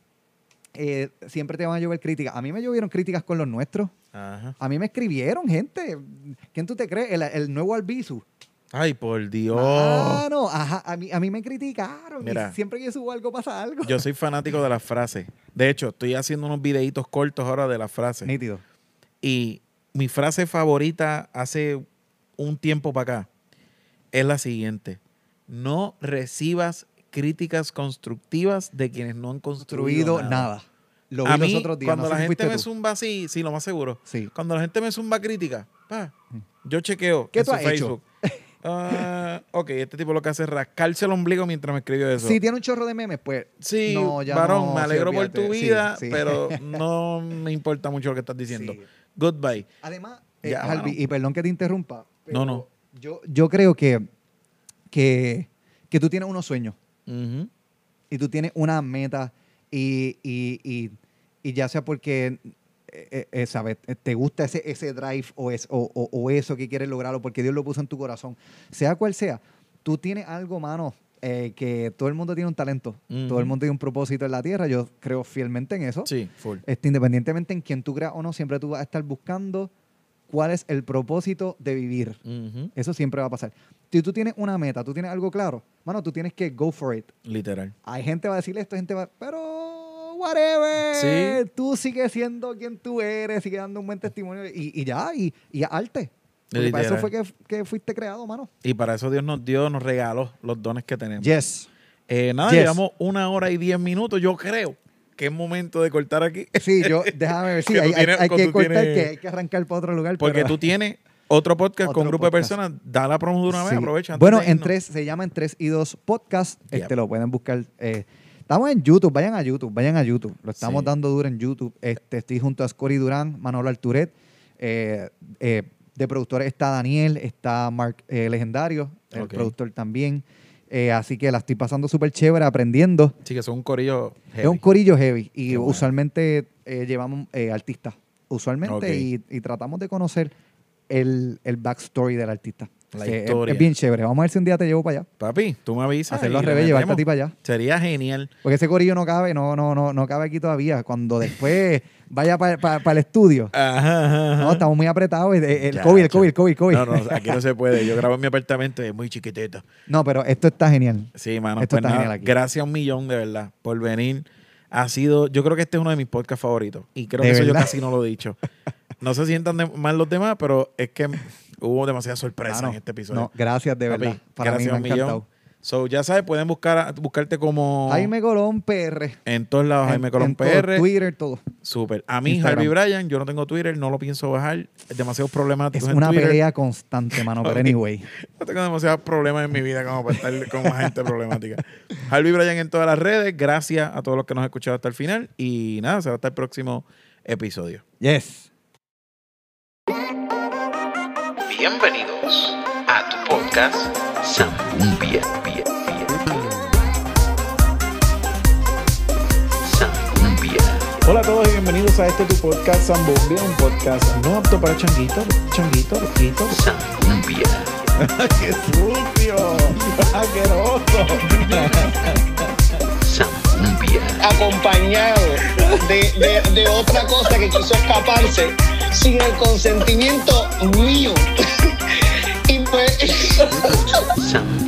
S4: eh, siempre te van a llover críticas. A mí me llovieron críticas con los nuestros.
S2: Ajá.
S4: A mí me escribieron, gente. ¿Quién tú te crees? El, el nuevo Albizu.
S2: Ay, por Dios.
S4: Ah, no, ajá. A mí, a mí me criticaron. y
S2: Mira.
S4: siempre que yo subo algo, pasa algo.
S2: Yo soy fanático de las frases. De hecho, estoy haciendo unos videitos cortos ahora de las frases.
S4: Nítido.
S2: Y mi frase favorita hace un tiempo para acá es la siguiente. No recibas críticas constructivas de quienes no han construido,
S4: Construido nada. Lo vi
S2: a mí,
S4: los otros días.
S2: cuando
S4: no sé
S2: la
S4: si
S2: gente
S4: fuiste
S2: me
S4: tú.
S2: zumba así, sí, lo más seguro.
S4: Sí.
S2: Cuando la gente me zumba crítica, pa, yo chequeo
S4: ¿Qué
S2: en
S4: tú
S2: su
S4: has
S2: Facebook. Ah, ok, este tipo lo que hace es rascarse el ombligo mientras me escribió eso.
S4: Si tiene un chorro de memes, pues.
S2: Sí,
S4: no, ya
S2: varón,
S4: no,
S2: me
S4: sí,
S2: alegro por
S4: olvídate.
S2: tu
S4: Sí,
S2: vida,
S4: sí.
S2: pero no me importa mucho lo que estás diciendo.
S4: Sí.
S2: Goodbye.
S4: Además, eh,
S2: Ya,
S4: Harvey,
S2: mano.
S4: y perdón que te interrumpa. pero
S2: No, no.
S4: Yo, yo creo que, que, que tú tienes unos sueños.
S2: Ujú.
S4: y tú tienes una meta y, y- y- y ya sea porque eh, eh, eh, sabes, eh, te gusta ese, ese drive o, es, o, o- o eso que quieres lograr o porque Dios lo puso en tu corazón, sea cual sea, tú tienes algo, mano, eh, que todo el mundo tiene un talento, todo el
S2: Ujú.
S4: mundo tiene un propósito en la tierra, yo creo fielmente en eso.
S2: Sí, full.
S4: Este, independientemente en quien tú creas o no, siempre tú vas a estar buscando cuál es el propósito de vivir.
S2: Ujú.
S4: Eso siempre va a pasar. Si tú tienes una meta, tú tienes algo claro, mano, tú tienes que go for it.
S2: Literal.
S4: Hay gente va a decirle esto, gente va, pero whatever.
S2: Sí.
S4: Tú sigues siendo quien tú eres, sigue dando un buen testimonio y, y ya, y, y arte. Porque para eso
S2: Literal.
S4: fue que, que fuiste creado, mano.
S2: Y para eso Dios nos dio, nos regaló los dones que tenemos.
S4: Yes.
S2: Eh, nada,
S4: Yes.
S2: llevamos una hora y diez minutos, yo creo que es momento de cortar aquí.
S4: Sí, yo, déjame ver. Sí,
S2: Que tú
S4: hay, hay-
S2: tienes-
S4: hay que
S2: tú
S4: cortar,
S2: tienes-
S4: que hay que arrancar para otro lugar.
S2: Porque
S4: pero-
S2: tú tienes otro podcast con
S4: Otro
S2: un grupo
S4: podcast.
S2: de personas, da la promo de una vez,
S4: Sí.
S2: aprovecha. antes
S4: Bueno,
S2: de
S4: en
S2: irnos.
S4: tres, se llama En tres y dos podcast.
S2: Yep.
S4: Este lo pueden buscar. eh, estamos en YouTube, vayan a YouTube, vayan a YouTube. Lo estamos
S2: Sí.
S4: dando duro en YouTube. Este, estoy junto a Scori Durán, Manolo Alturet. eh, eh, de productores está Daniel, está Mark eh, Legendario, el
S2: Ok.
S4: productor también. Eh, así que la estoy pasando súper chévere, aprendiendo.
S2: Sí, que son un corillo.
S4: Es un
S2: heavy.
S4: corillo heavy y
S2: Qué bueno.
S4: usualmente eh, llevamos eh, artistas, usualmente,
S2: Ok.
S4: y, y tratamos de conocer el, el backstory del artista.
S2: La
S4: Así que es-
S2: historia.
S4: Es, bien chévere. Vamos a ver si un día te llevo para allá.
S2: Papi, tú me avisas.
S4: Hacerlo
S2: y
S4: al
S2: le
S4: revés, llevarte a ti
S2: metemos.
S4: para allá.
S2: Sería genial.
S4: Porque ese corillo no cabe, no, no, no, no cabe aquí todavía. Cuando después vaya para el estudio.
S2: Ajá, ajá, ajá.
S4: No, estamos muy apretados. El, el
S2: Ya,
S4: COVID, el
S2: ya.
S4: COVID, el COVID, el COVID.
S2: No, no, aquí no se puede. Yo grabo en mi apartamento y es muy chiquitito.
S4: No, pero esto está genial.
S2: Sí, mano.
S4: Esto
S2: pues
S4: está
S2: nada,
S4: genial aquí.
S2: Gracias un millón, de verdad, por venir. Ha sido, yo creo que este es uno de mis podcasts favoritos. Y creo
S4: ¿De
S2: que eso yo
S4: verdad?
S2: casi no lo he dicho. No se sientan de- mal los demás, pero es que hubo demasiada sorpresa
S4: Mano,
S2: en este episodio.
S4: Ah, No, gracias de
S2: Papi,
S4: verdad. para mí
S2: gracias
S4: me ha
S2: un millón.
S4: encantado.
S2: So, ya sabes, pueden buscar a- buscarte como
S4: Jaime Colón PR.
S2: en todos lados, Jaime
S4: En-
S2: Colón
S4: en todo,
S2: PR.
S4: Twitter, todo.
S2: Súper. A mí,
S4: Instagram.
S2: Harvey Bryan, yo no tengo Twitter, no lo pienso bajar. Demasiados problemas
S4: Es
S2: en
S4: una
S2: Twitter.
S4: pelea constante, mano, pero
S2: Ok.
S4: anyway.
S2: No tengo demasiados problemas en mi vida como para estar con más gente problemática. Harvey Bryan en todas las redes. Gracias a todos los que nos han escuchado hasta el final. Y nada, será hasta el próximo episodio.
S4: Yes.
S1: Bienvenidos a tu podcast Zambumbia. Zambumbia.
S2: Hola a todos y bienvenidos a este tu podcast Zambombia, un podcast no apto para changuitos, changuitos, changuitos.
S1: Zambumbia.
S2: ¡Qué sucio! ¡Asqueroso!
S1: Zambumbia.
S3: acompañado de, de- de otra cosa que quiso escaparse sin el consentimiento mío. Y pues,
S1: Zambumbia.